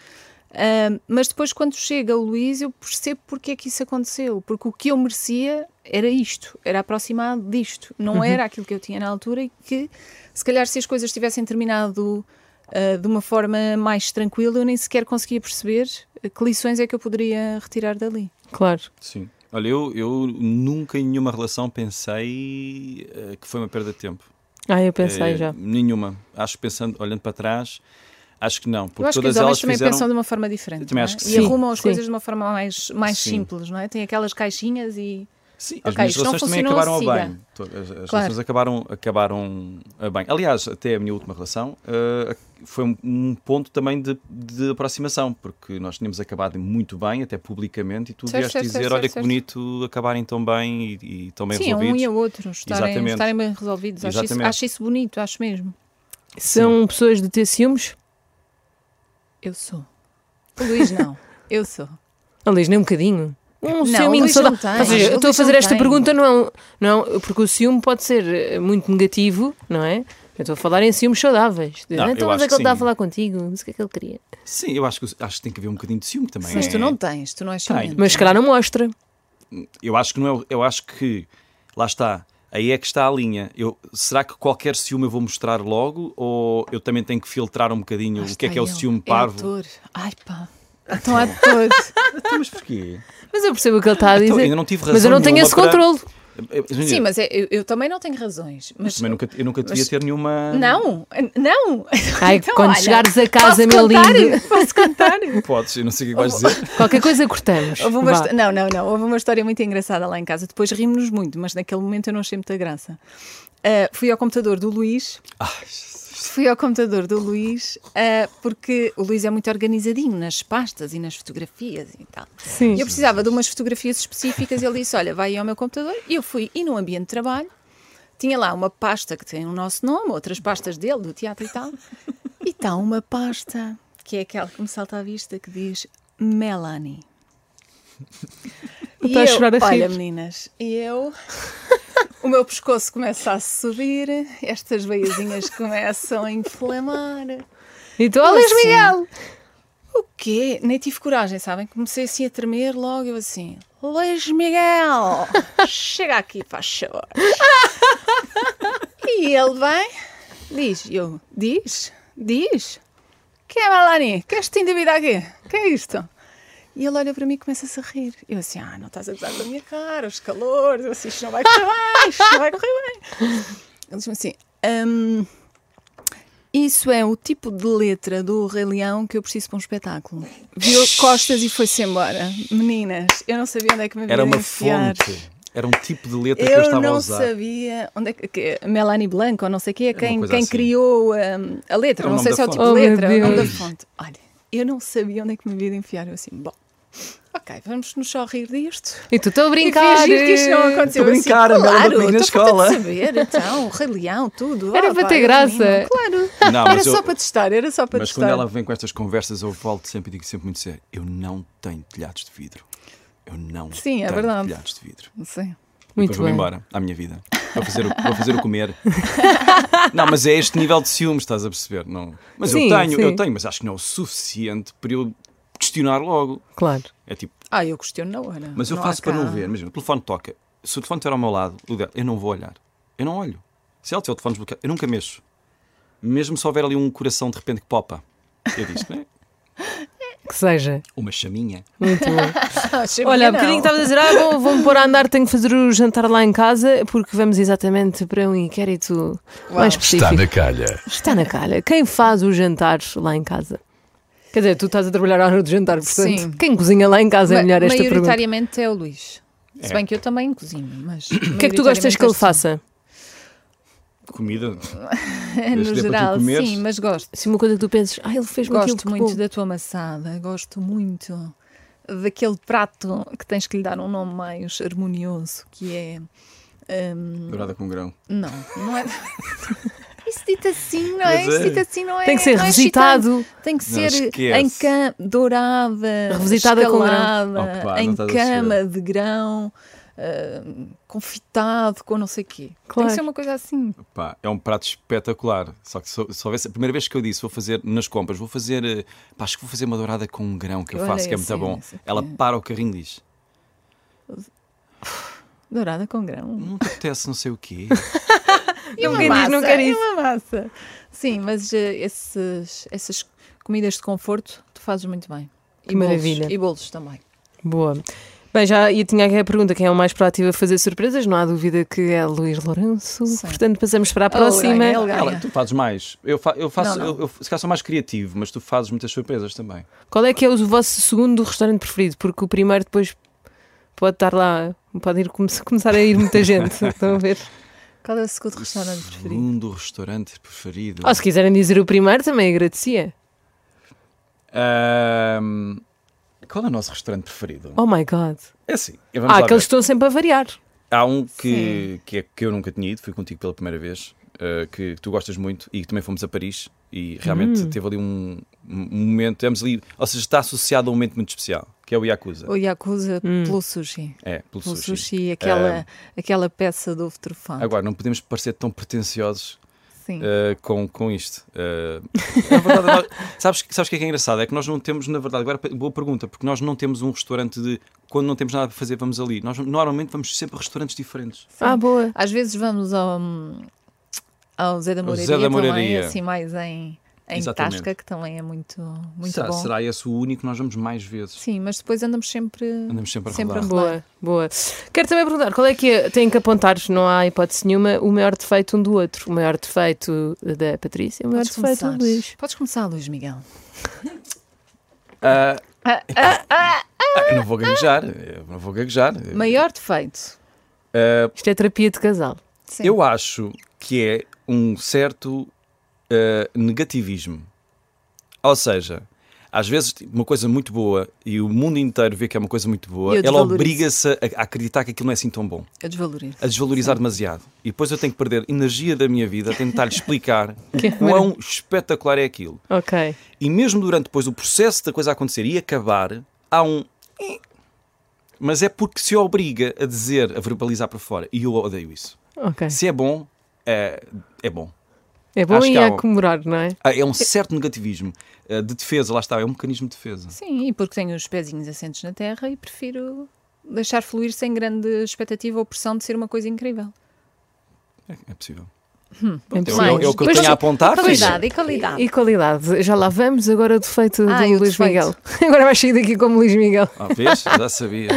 Speaker 3: Ahm, mas depois, quando chega o Luís, eu percebo porque é que isso aconteceu. Porque o que eu merecia era isto, era aproximado disto.
Speaker 4: Uhum.
Speaker 3: Não era aquilo que eu tinha na altura e que, se calhar, se as coisas tivessem terminado ah, de uma forma mais tranquila, eu nem sequer conseguia perceber ah, que lições é que eu poderia retirar dali.
Speaker 2: Claro.
Speaker 4: Sim. Olha, eu, eu nunca em nenhuma relação pensei eh, que foi uma perda de tempo.
Speaker 2: Ah, eu pensei
Speaker 4: Eh,
Speaker 2: já.
Speaker 4: Nenhuma. Acho que pensando, olhando para trás, acho que não. Porque
Speaker 3: eu acho que
Speaker 4: todas
Speaker 3: os homens
Speaker 4: elas
Speaker 3: também
Speaker 4: fizeram...
Speaker 3: pensam de uma forma diferente.
Speaker 4: Eu
Speaker 3: não
Speaker 4: também
Speaker 3: é?
Speaker 4: acho que
Speaker 3: E
Speaker 4: sim.
Speaker 3: arrumam as
Speaker 2: Sim.
Speaker 3: coisas de uma forma mais, mais
Speaker 4: Sim.
Speaker 3: simples, não é? Tem aquelas caixinhas e.
Speaker 4: Sim,
Speaker 3: Ok,
Speaker 4: as minhas
Speaker 3: isto não
Speaker 4: relações também
Speaker 3: funcionou,
Speaker 4: acabaram
Speaker 3: siga.
Speaker 4: bem. To- As, as
Speaker 3: Claro.
Speaker 4: relações acabaram, acabaram a bem. Aliás, até a minha última relação ah, foi um, um ponto também de, de aproximação, porque nós tínhamos acabado muito bem, até publicamente, e tu
Speaker 3: Certo,
Speaker 4: vieste
Speaker 3: certo,
Speaker 4: dizer:
Speaker 3: certo,
Speaker 4: olha
Speaker 3: certo,
Speaker 4: que
Speaker 3: certo.
Speaker 4: bonito acabarem tão bem e, e tão bem
Speaker 3: Sim, é um
Speaker 4: resolvidos.
Speaker 3: e o outro, estarem,
Speaker 4: Exatamente.
Speaker 3: estarem bem resolvidos. Acho isso,
Speaker 4: Exatamente.
Speaker 3: acho isso bonito, acho mesmo.
Speaker 2: São pessoas de ter ciúmes?
Speaker 3: Eu sou. O Luís não. Eu sou.
Speaker 2: Ah, Luís, nem um bocadinho. Um
Speaker 3: o
Speaker 2: ciúminho
Speaker 3: Luís
Speaker 2: saudável.
Speaker 3: não tem.
Speaker 2: Ou seja,
Speaker 3: O
Speaker 2: eu estou a
Speaker 3: Luís
Speaker 2: fazer
Speaker 3: não
Speaker 2: esta
Speaker 3: tem.
Speaker 2: pergunta, não é, um- não é? Porque o ciúme pode ser eh, muito negativo, não é? Eu estou a falar em ciúmes saudáveis.
Speaker 4: Não,
Speaker 2: então,
Speaker 4: eu
Speaker 2: mas
Speaker 4: acho
Speaker 2: é que ele
Speaker 4: que
Speaker 2: está a
Speaker 4: sim.
Speaker 2: falar contigo, mas o que é que ele queria?
Speaker 4: Sim, eu acho que, acho que tem que haver um bocadinho de ciúme também.
Speaker 3: Mas
Speaker 4: é-
Speaker 3: tu não tens, tu não és
Speaker 4: Tem.
Speaker 3: ciumento.
Speaker 2: Mas se calhar não mostra.
Speaker 4: Eu acho que não é. o- Eu acho que lá está. Aí é que está a linha. Eu, será que qualquer ciúme eu vou mostrar logo ou eu também tenho que filtrar um bocadinho
Speaker 3: Lá
Speaker 4: o que é que é o
Speaker 3: está ele.
Speaker 4: ciúme
Speaker 3: É
Speaker 4: parvo?
Speaker 3: ator. Ai pá. Então
Speaker 4: <laughs>
Speaker 3: ator.
Speaker 4: Então, mas porquê?
Speaker 2: Mas eu percebo o que ele está a
Speaker 4: Então,
Speaker 2: dizer.
Speaker 4: ainda não tive razão
Speaker 2: mas eu não tenho
Speaker 4: nenhuma
Speaker 2: esse
Speaker 4: para-
Speaker 3: <laughs>
Speaker 2: controle.
Speaker 3: Sim, mas é- eu, eu também não tenho razões. Mas
Speaker 4: Também nunca, eu nunca devia
Speaker 3: mas-
Speaker 4: ter nenhuma.
Speaker 3: Não, não.
Speaker 2: Ai,
Speaker 3: Então,
Speaker 2: quando
Speaker 3: olha,
Speaker 2: chegares a casa,
Speaker 3: posso
Speaker 2: meu
Speaker 3: contar?
Speaker 2: lindo, <laughs>
Speaker 3: Posso contar?
Speaker 4: Podes, eu não sei o que vais
Speaker 3: Oh,
Speaker 4: dizer.
Speaker 2: qualquer coisa cortamos.
Speaker 3: Houve uma
Speaker 2: Vá.
Speaker 3: histó- Não, não, não. Houve uma história muito engraçada lá em casa. Depois rimos-nos muito, mas naquele momento eu não achei muita graça. Ah, fui ao computador do Luís. Fui ao computador do Luís ah, porque o Luís é muito organizadinho nas pastas e nas fotografias e tal.
Speaker 2: Sim.
Speaker 3: E eu precisava de umas fotografias específicas e ele disse: Olha, vai ao meu computador. E eu fui e no ambiente de trabalho tinha lá uma pasta que tem o nosso nome, outras pastas dele, do teatro e tal. E está uma pasta que é aquela que me salta à vista que diz
Speaker 2: <laughs>
Speaker 3: Melanie. E
Speaker 2: Estou a
Speaker 3: eu,
Speaker 2: chorar a
Speaker 3: Olha,
Speaker 2: rir."
Speaker 3: meninas, e eu. <laughs> O meu pescoço começa a subir, estas veiazinhas começam a inflamar.
Speaker 2: E tu, oh,
Speaker 3: Como
Speaker 2: Luís
Speaker 3: assim?
Speaker 2: Miguel!
Speaker 3: O quê? Nem tive coragem, sabem? Comecei assim a tremer logo, eu assim, Luís Miguel, chega aqui, faz favor. e ele vem, diz, e eu, diz, diz, quem é Melanie? Queres te endividar aqui? Que é isto? E ele olha para mim e começa-se a rir. Eu assim, ah, não estás a gozar da minha cara, os calores, eu assim, isto não vai correr bem, isto não vai correr bem. Ele diz-me assim, "Hum, isso é o tipo de letra do Rei Leão que eu preciso para um espetáculo. Viu costas e foi-se embora. Meninas, eu não sabia onde é que me
Speaker 4: Era uma
Speaker 3: enfiar.
Speaker 4: fonte. Era um tipo de letra que eu
Speaker 3: Eu
Speaker 4: estava a
Speaker 3: não
Speaker 4: usar.
Speaker 3: sabia onde é que, que Melanie Blanco, ou não sei quem, é
Speaker 4: uma
Speaker 3: quem,
Speaker 4: coisa
Speaker 3: quem
Speaker 4: assim.
Speaker 3: criou hum, a letra.
Speaker 4: É o
Speaker 3: não
Speaker 4: nome
Speaker 3: sei
Speaker 4: da
Speaker 3: se é o
Speaker 4: fonte.
Speaker 3: tipo de
Speaker 2: Oh, meu
Speaker 3: letra, é o nome da
Speaker 2: Deus.
Speaker 3: fonte. Olha, eu não sabia onde é que me devia enfiar. Eu assim, bom, ok, vamos nos só rir disto.
Speaker 2: E tu, estou a
Speaker 3: E
Speaker 2: brincar.
Speaker 3: fingir que isto não aconteceu.
Speaker 4: Estou a
Speaker 3: Eu assim,
Speaker 4: brincar, a Mel andou
Speaker 3: claro,
Speaker 4: comigo na
Speaker 3: estou farta de
Speaker 4: escola.
Speaker 3: saber, então, o Rei Leão, tudo.
Speaker 2: Era
Speaker 3: Ah,
Speaker 2: para
Speaker 3: pá,
Speaker 2: ter
Speaker 3: eu
Speaker 2: graça.
Speaker 3: menino, Claro.
Speaker 4: Não,
Speaker 3: era
Speaker 4: Ah, mas eu-
Speaker 3: só para testar, era só para
Speaker 4: Mas
Speaker 3: testar.
Speaker 4: quando ela vem com estas conversas, eu volto sempre e digo sempre muito sério: eu não tenho telhados de vidro. Eu não
Speaker 3: Sim, é
Speaker 4: tenho
Speaker 3: verdade.
Speaker 4: telhados de vidro.
Speaker 3: Sim.
Speaker 4: Muito
Speaker 2: Muito
Speaker 4: depois vou
Speaker 2: bem.
Speaker 4: embora à minha vida. Vou fazer, o, vou fazer o comer.
Speaker 3: <laughs>
Speaker 4: não, mas é este nível de ciúmes, estás a perceber? Não. Mas
Speaker 2: Sim,
Speaker 4: eu tenho,
Speaker 2: sim.
Speaker 4: eu tenho, mas acho que não é o suficiente para eu questionar logo.
Speaker 2: Claro.
Speaker 4: É tipo,
Speaker 3: Ah, eu questiono na hora.
Speaker 4: mas eu
Speaker 3: Não há
Speaker 4: faço para
Speaker 3: cá.
Speaker 4: não ver. Imagina, o telefone toca. Se o telefone estiver ao meu lado, o dela, eu não vou olhar. Eu não olho. Se ele tiver o telefone desbloqueado, eu nunca mexo. Mesmo se houver ali um coração de repente que popa. Eu disse, não é?
Speaker 2: Que seja.
Speaker 4: Uma chaminha.
Speaker 2: Muito bom.
Speaker 3: Ah, chega
Speaker 2: Olha, há
Speaker 3: não.
Speaker 2: bocadinho estava a dizer, ah, vou- vou-me pôr a andar, tenho que fazer o jantar lá em casa, porque vamos exatamente para um inquérito mais específico.
Speaker 1: Está Tá na calha.
Speaker 2: Está na calha. Quem faz os jantares lá em casa? Quer dizer, tu estás a trabalhar à hora do jantar, portanto,
Speaker 3: Sim.
Speaker 2: quem cozinha lá em casa é
Speaker 3: Ma-
Speaker 2: melhor esta pergunta.
Speaker 3: Maioritariamente é o Luís. Se bem que eu também cozinho, mas.
Speaker 2: O que é que tu gostas que
Speaker 3: assim.
Speaker 2: ele faça?
Speaker 4: Comida.
Speaker 3: <laughs>
Speaker 4: Desde
Speaker 3: No
Speaker 4: que é para tu
Speaker 3: geral,
Speaker 4: comeres.
Speaker 3: sim, mas gosto.
Speaker 2: Se uma coisa que tu penses, ah, ele fez-me aquilo
Speaker 3: Gosto
Speaker 2: que
Speaker 3: muito
Speaker 2: bom.
Speaker 3: da tua maçada, gosto muito daquele prato que tens que lhe dar um nome mais harmonioso, que é. hum,
Speaker 4: Dourada com grão.
Speaker 3: não,
Speaker 4: <laughs>
Speaker 3: não é. <laughs> Isso dito assim, não é?
Speaker 4: Mas é.
Speaker 3: Isso dito assim, não é?
Speaker 2: Tem que ser
Speaker 3: não é
Speaker 2: revisitado.
Speaker 3: excitante. Tem que
Speaker 4: Não,
Speaker 3: ser
Speaker 4: esquece.
Speaker 3: em cama dourada,
Speaker 2: Revisitada com grão.
Speaker 3: escalada,
Speaker 4: Oh, pá, não
Speaker 3: em
Speaker 4: estás a
Speaker 3: cama de grão. ah, confitado com não sei quê. Tem
Speaker 2: Claro.
Speaker 3: que ser uma coisa assim.
Speaker 4: Pá, é um prato espetacular. Só que se, se houvesse, a primeira vez que eu disse, vou fazer nas compras, vou fazer, eh, pá, acho que vou fazer uma dourada com um grão que eu
Speaker 3: Olha
Speaker 4: faço, que é
Speaker 3: esse,
Speaker 4: muito bom.
Speaker 3: esse aqui.
Speaker 4: Ela para o carrinho e diz:
Speaker 3: Dourada com grão.
Speaker 4: Não te apetece, não sei o quê.
Speaker 3: E uma
Speaker 2: Quem diz não
Speaker 3: massa,
Speaker 2: quer
Speaker 3: e
Speaker 2: isso?
Speaker 3: uma massa. Sim, mas eh, esses- essas comidas de conforto tu fazes muito bem. E
Speaker 2: Que
Speaker 3: bolos-
Speaker 2: maravilha.
Speaker 3: e bolos também.
Speaker 2: Boa. Bem, já e tinha aqui a pergunta: quem é o mais proativo a fazer surpresas? Não há dúvida que é Luís Lourenço.
Speaker 3: Sim.
Speaker 2: Portanto, passamos para a
Speaker 3: Oh,
Speaker 2: próxima.
Speaker 3: Lorena, ele ganha.
Speaker 4: Ela, tu fazes mais. Eu, fa- eu faço,
Speaker 3: Não, não.
Speaker 4: Eu, eu- se calhar sou mais criativo, mas tu fazes muitas surpresas também.
Speaker 2: Qual é que é o vosso segundo restaurante preferido? Porque o primeiro depois pode estar lá, pode ir, come- começar a ir muita gente.
Speaker 4: <laughs>
Speaker 2: Estão a ver?
Speaker 3: Qual é o segundo restaurante preferido? Ah,
Speaker 4: Segundo restaurante preferido.
Speaker 2: Ou se quiserem dizer o primeiro, também agradecia.
Speaker 4: Ahm, qual é o nosso restaurante preferido?
Speaker 2: Oh my god.
Speaker 4: É assim. vamos
Speaker 2: Ah,
Speaker 4: lá
Speaker 2: aqueles
Speaker 4: ver.
Speaker 2: que estão sempre a variar.
Speaker 4: Há um que, que, é, que eu nunca tinha ido, fui contigo pela primeira vez, eh, que tu gostas muito e que também fomos a Paris e realmente
Speaker 3: Hum.
Speaker 4: teve ali um, um momento, temos ali, ou seja, está associado a um momento muito especial, que é o Yakuza.
Speaker 3: O Yakuza
Speaker 2: Hum.
Speaker 3: pelo sushi.
Speaker 4: É, pelo
Speaker 3: Pelo
Speaker 4: sushi. É.
Speaker 3: sushi, aquela, aquela peça do ovo trufado.
Speaker 4: Agora, não podemos parecer tão pretenciosos
Speaker 3: Sim.
Speaker 4: eh, com, com isto. Eh, na verdade, nós- <laughs> sabes, sabes o que é, que é engraçado? É que nós não temos, na verdade, agora boa pergunta, porque nós não temos um restaurante de quando não temos nada para fazer, vamos ali. Nós normalmente vamos sempre a restaurantes diferentes.
Speaker 3: Sim.
Speaker 2: Ah, boa.
Speaker 3: Às vezes vamos ao, ao Zé da
Speaker 4: Ao Zé
Speaker 3: Moraria,
Speaker 4: da
Speaker 3: também,
Speaker 4: Moraria.
Speaker 3: assim mais em, em
Speaker 4: Exatamente.
Speaker 3: Tasca, que também é muito, muito
Speaker 4: será,
Speaker 3: bom.
Speaker 4: será esse o único que nós vamos mais vezes?
Speaker 3: Sim, mas depois andamos sempre...
Speaker 4: Andamos sempre a
Speaker 3: Sempre a
Speaker 4: rodar.
Speaker 2: Boa, boa. Quero também perguntar qual é que é, tem que apontar, não há hipótese nenhuma, o maior defeito um do outro. O maior defeito da Patrícia e o maior
Speaker 3: Podes
Speaker 2: defeito um
Speaker 3: começar.
Speaker 2: do Luís.
Speaker 3: Podes começar, Luís Miguel.
Speaker 4: Ah, epá. Ah, eu não vou gaguejar, eu não vou gaguejar.
Speaker 3: Maior defeito.
Speaker 4: Ah,
Speaker 2: Isto é terapia de casal.
Speaker 3: Sim.
Speaker 4: eu acho que é um certo ah, negativismo. Ou seja, às vezes tipo, uma coisa muito boa e o mundo inteiro vê que é uma coisa muito boa,
Speaker 3: Eu
Speaker 4: ela
Speaker 3: desvalorizo.
Speaker 4: obriga-se a a acreditar que aquilo não é assim tão bom,
Speaker 3: Eu desvalorizo.
Speaker 4: a desvalorizar demasiado. E depois eu tenho que perder energia da minha vida a tentar-lhe explicar quão espetacular é aquilo.
Speaker 2: Ok.
Speaker 4: E mesmo durante depois o processo da coisa acontecer e acabar, há um. Mas é porque se obriga a dizer, a verbalizar para fora. E eu odeio isso.
Speaker 2: Ok.
Speaker 4: Se é bom, é, é bom.
Speaker 2: É bom
Speaker 4: Acho
Speaker 2: e
Speaker 4: que
Speaker 2: a
Speaker 4: há um-
Speaker 2: comemorar, não é?
Speaker 4: Ah, É um certo negativismo eh, de defesa, lá está, é um mecanismo de defesa.
Speaker 3: Sim, e porque tenho os pezinhos assentos na terra e prefiro deixar fluir sem grande expectativa ou pressão de ser uma coisa incrível.
Speaker 4: É possível.
Speaker 2: É
Speaker 4: É, o-
Speaker 2: possível.
Speaker 4: é o- é o que eu
Speaker 2: Pois-
Speaker 4: tenho a apontar.
Speaker 3: Qualidade e qualidade.
Speaker 2: E qualidade. Já lá vamos, agora o defeito
Speaker 3: Ah, e
Speaker 2: do
Speaker 3: o
Speaker 2: Luís
Speaker 3: defeito?
Speaker 2: Miguel. <laughs> Agora vais sair daqui como Luís Miguel.
Speaker 4: Ah, vês? Já sabia.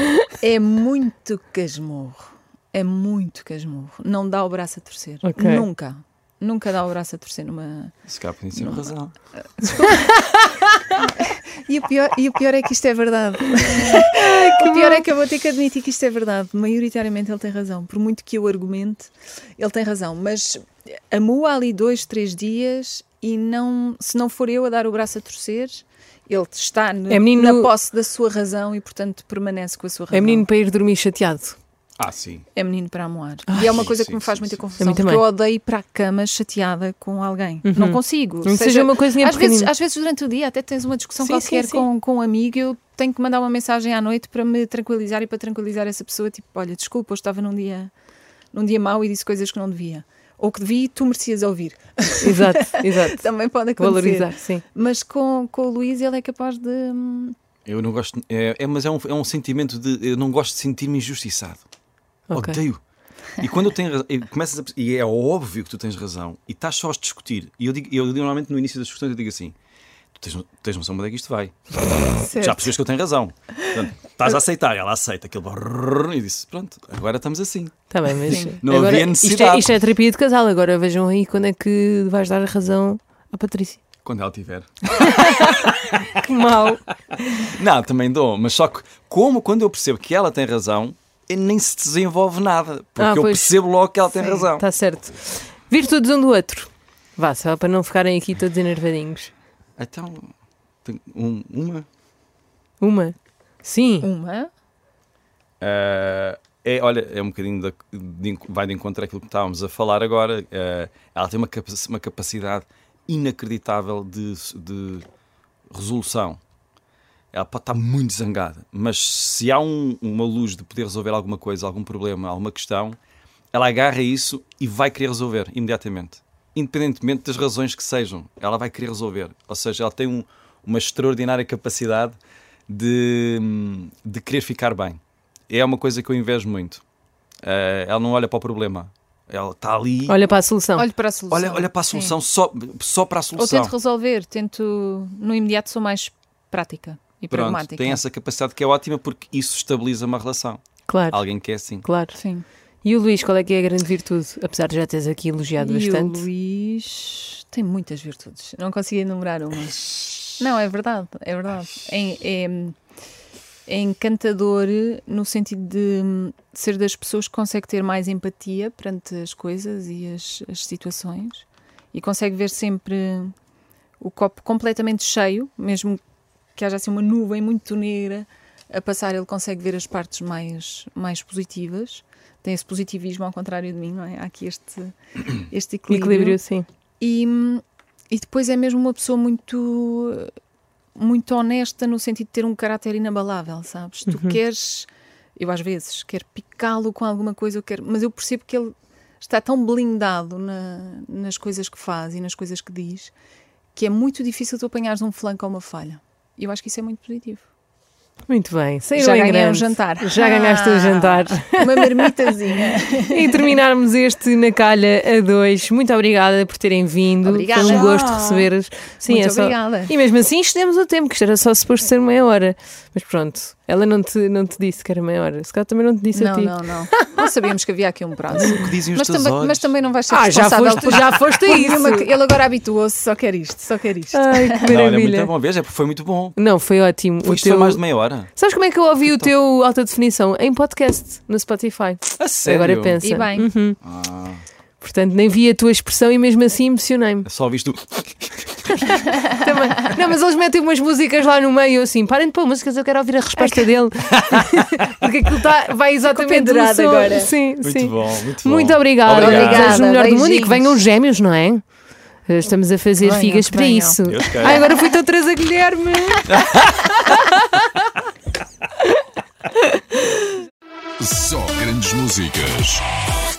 Speaker 3: É muito casmurro. É muito casmurro. Não dá o braço a torcer.
Speaker 2: Ok.
Speaker 3: Nunca. Nunca dá o braço a torcer numa.
Speaker 4: Se calhar podia ter razão.
Speaker 3: E o, pior, e o pior é que isto é <laughs> verdade. o pior é que eu vou ter que admitir que isto é verdade. Maioritariamente ele tem razão. Por muito que eu argumente, ele tem razão. Mas amua ali dois, três dias e não, se não for eu a dar o braço a torcer, ele está no-
Speaker 2: É menino-
Speaker 3: na posse da sua razão e, portanto, permanece com a sua razão.
Speaker 2: É menino para ir dormir chateado.
Speaker 4: Ah, sim.
Speaker 3: É menino para amoar. e é uma
Speaker 4: Ah, sim,
Speaker 3: coisa
Speaker 4: sim,
Speaker 3: que me faz
Speaker 4: sim,
Speaker 3: muita
Speaker 4: sim.
Speaker 2: A
Speaker 3: confusão,
Speaker 2: mim
Speaker 3: porque
Speaker 2: também.
Speaker 3: eu odeio ir para a cama chateada com alguém. Não consigo.
Speaker 2: Não que seja uma coisinha
Speaker 3: às vezes,
Speaker 2: pequenina.
Speaker 3: às vezes durante o dia até tens uma discussão
Speaker 2: Sim,
Speaker 3: qualquer
Speaker 2: sim, sim.
Speaker 3: Com, com um amigo eu tenho que mandar uma mensagem à noite para me tranquilizar e para tranquilizar essa pessoa. Tipo, olha, desculpa, eu estava num dia, num dia mau e disse coisas que não devia. Ou que devia e tu merecias ouvir. <laughs>
Speaker 2: <laughs> Exato, exato.
Speaker 3: Também pode acontecer.
Speaker 2: Valorizar, sim.
Speaker 3: Mas com, com o Luís ele é capaz de... hum,
Speaker 4: Eu não gosto. É, é- mas é um, é um sentimento de. Eu não gosto de sentir-me injustiçado.
Speaker 2: Ok.
Speaker 4: Odeio. E quando eu tenho razão, e começas a, perce- e é óbvio que tu tens razão, e estás só a discutir, e eu, digo, eu normalmente no início das discussões eu digo assim: tu tens, no- tens noção de onde é que isto vai? Já percebes que eu tenho razão. Portanto, estás a aceitar, ela aceita aquele brrr, e disse: pronto, agora estamos assim.
Speaker 2: Está tá bem, mas.
Speaker 3: Sim.
Speaker 4: Não
Speaker 2: agora,
Speaker 4: havia
Speaker 2: isto, é,
Speaker 4: necessidade.
Speaker 2: isto é terapia de casal. Agora vejam aí quando é que vais dar a razão à Patrícia.
Speaker 4: Quando ela tiver.
Speaker 2: Que mal.
Speaker 4: Não, também dou, mas só que, como quando eu percebo que ela tem razão, e nem se desenvolve nada, porque
Speaker 2: Ah,
Speaker 4: eu
Speaker 2: pois.
Speaker 4: percebo logo que ela tem razão.
Speaker 2: Está Tá certo. Virtudes um do outro. Vá, só para não ficarem aqui todos enervadinhos.
Speaker 4: Então, tem um- uma.
Speaker 2: Uma. Sim.
Speaker 3: Uma...
Speaker 4: Ah, é, olha, é um bocadinho da- de enco- vai de encontro àquilo que estávamos a falar agora. Ah, ela tem uma, capa- uma capacidade inacreditável de, de resolução. ela pode estar muito zangada, mas se há um- uma luz de poder resolver alguma coisa, algum problema, alguma questão, ela agarra isso e vai querer resolver imediatamente. Independentemente das razões que sejam, ela vai querer resolver. Ou seja, ela tem um- uma extraordinária capacidade de, de querer ficar bem. É uma coisa que eu invejo muito. Eh, ela não olha para o problema. Ela está ali, olha,
Speaker 2: Olha para a solução.
Speaker 3: Olho para a solução.
Speaker 4: olha, para a
Speaker 3: Sim.
Speaker 4: solução, só, só para a
Speaker 3: Ou
Speaker 4: solução.
Speaker 3: tento resolver, tento. No imediato sou mais prática e
Speaker 4: Pronto,
Speaker 3: pragmática.
Speaker 4: tem essa capacidade que é ótima porque isso estabiliza uma relação.
Speaker 2: Claro,
Speaker 4: Alguém que é assim.
Speaker 2: claro.
Speaker 3: Sim.
Speaker 2: E o Luís, qual é que é a grande virtude? Apesar de já teres aqui elogiado
Speaker 3: E o
Speaker 2: É bastante.
Speaker 3: Luís tem muitas virtudes. Não consegui enumerar uma. Não, é verdade, é verdade. É, é- é encantador no sentido de hum, ser das pessoas que consegue ter mais empatia perante as coisas e as, as situações e consegue ver sempre o copo completamente cheio, mesmo que haja assim uma nuvem muito negra a passar, ele consegue ver as partes mais, mais positivas. Tem esse positivismo ao contrário de mim, não é? Há aqui este, este
Speaker 2: Equilíbrio, sim.
Speaker 3: e, e depois é mesmo uma pessoa muito muito honesta no sentido de ter um caráter inabalável, sabes? Tu
Speaker 2: Uhum.
Speaker 3: queres, eu às vezes quero picá-lo com alguma coisa, eu quero, mas eu percebo que ele está tão blindado na- nas coisas que faz e nas coisas que diz que é muito difícil tu apanhares um flanco ou uma falha. E Eu acho que isso é muito positivo.
Speaker 2: Muito bem. Saíram
Speaker 3: Já
Speaker 2: em
Speaker 3: ganhei
Speaker 2: grande.
Speaker 3: um jantar.
Speaker 2: Já ganhaste o
Speaker 3: Ah. <laughs>
Speaker 2: jantar.
Speaker 3: Uma
Speaker 2: <laughs>
Speaker 3: marmitazinha.
Speaker 2: E terminarmos este na calha a dois. Muito obrigada por terem vindo.
Speaker 3: Obrigada.
Speaker 2: Foi um gosto receber-vos. Sim,
Speaker 3: muito
Speaker 2: é só-
Speaker 3: obrigada.
Speaker 2: E mesmo assim excedemos o tempo, que isto era só suposto ser meia hora. Mas pronto, ela não te, não te disse que era meia hora. Se calhar também não te disse a
Speaker 3: Não,
Speaker 2: ti.
Speaker 3: não, não. Não sabíamos que havia aqui um prazo.
Speaker 4: O que dizem os
Speaker 3: Mas
Speaker 4: teus
Speaker 3: também,
Speaker 4: olhos?
Speaker 3: mas também não vais ser
Speaker 2: Ah, já
Speaker 3: responsável
Speaker 2: foste,
Speaker 3: <laughs> por
Speaker 2: já foste a isso.
Speaker 3: Nenhuma- Ele agora habituou-se, só quer isto, só quer isto.
Speaker 2: Ai, que
Speaker 4: Não, olha, é muito
Speaker 2: é maravilha.
Speaker 4: bom. Veja, foi muito bom.
Speaker 2: Não, foi ótimo.
Speaker 4: Foi,
Speaker 2: O
Speaker 4: isto foi
Speaker 2: teu...
Speaker 4: mais de meia hora.
Speaker 2: Sabes como é que eu ouvi o teu alta definição? Em podcast, no Spotify.
Speaker 4: A sério?
Speaker 2: Agora pensa.
Speaker 3: E bem.
Speaker 2: Uhum.
Speaker 4: Ah,
Speaker 2: Portanto, nem vi a tua expressão e mesmo assim
Speaker 3: <laughs>
Speaker 2: emocionei-me.
Speaker 4: só ouviste o... <laughs>
Speaker 2: Também. Não, mas eles metem umas músicas lá no meio, eu assim, parem de pôr músicas, eu quero ouvir a
Speaker 3: É
Speaker 2: resposta dele. <laughs> Porque aquilo tá, vai exatamente no
Speaker 3: pendurada
Speaker 2: som.
Speaker 3: agora.
Speaker 2: Sim,
Speaker 4: Muito
Speaker 2: sim.
Speaker 4: bom, muito bom.
Speaker 2: Muito obrigada.
Speaker 4: Obrigado.
Speaker 2: Desejo o melhor do mundo e que
Speaker 3: Beijinhos.
Speaker 2: venham os gêmeos, não é? Estamos a fazer
Speaker 3: Venham,
Speaker 2: figas
Speaker 3: que
Speaker 2: para
Speaker 3: venham.
Speaker 2: isso.
Speaker 4: Deus queira.
Speaker 2: Ai, agora fui tão Teresa Guilherme.
Speaker 1: Só grandes músicas.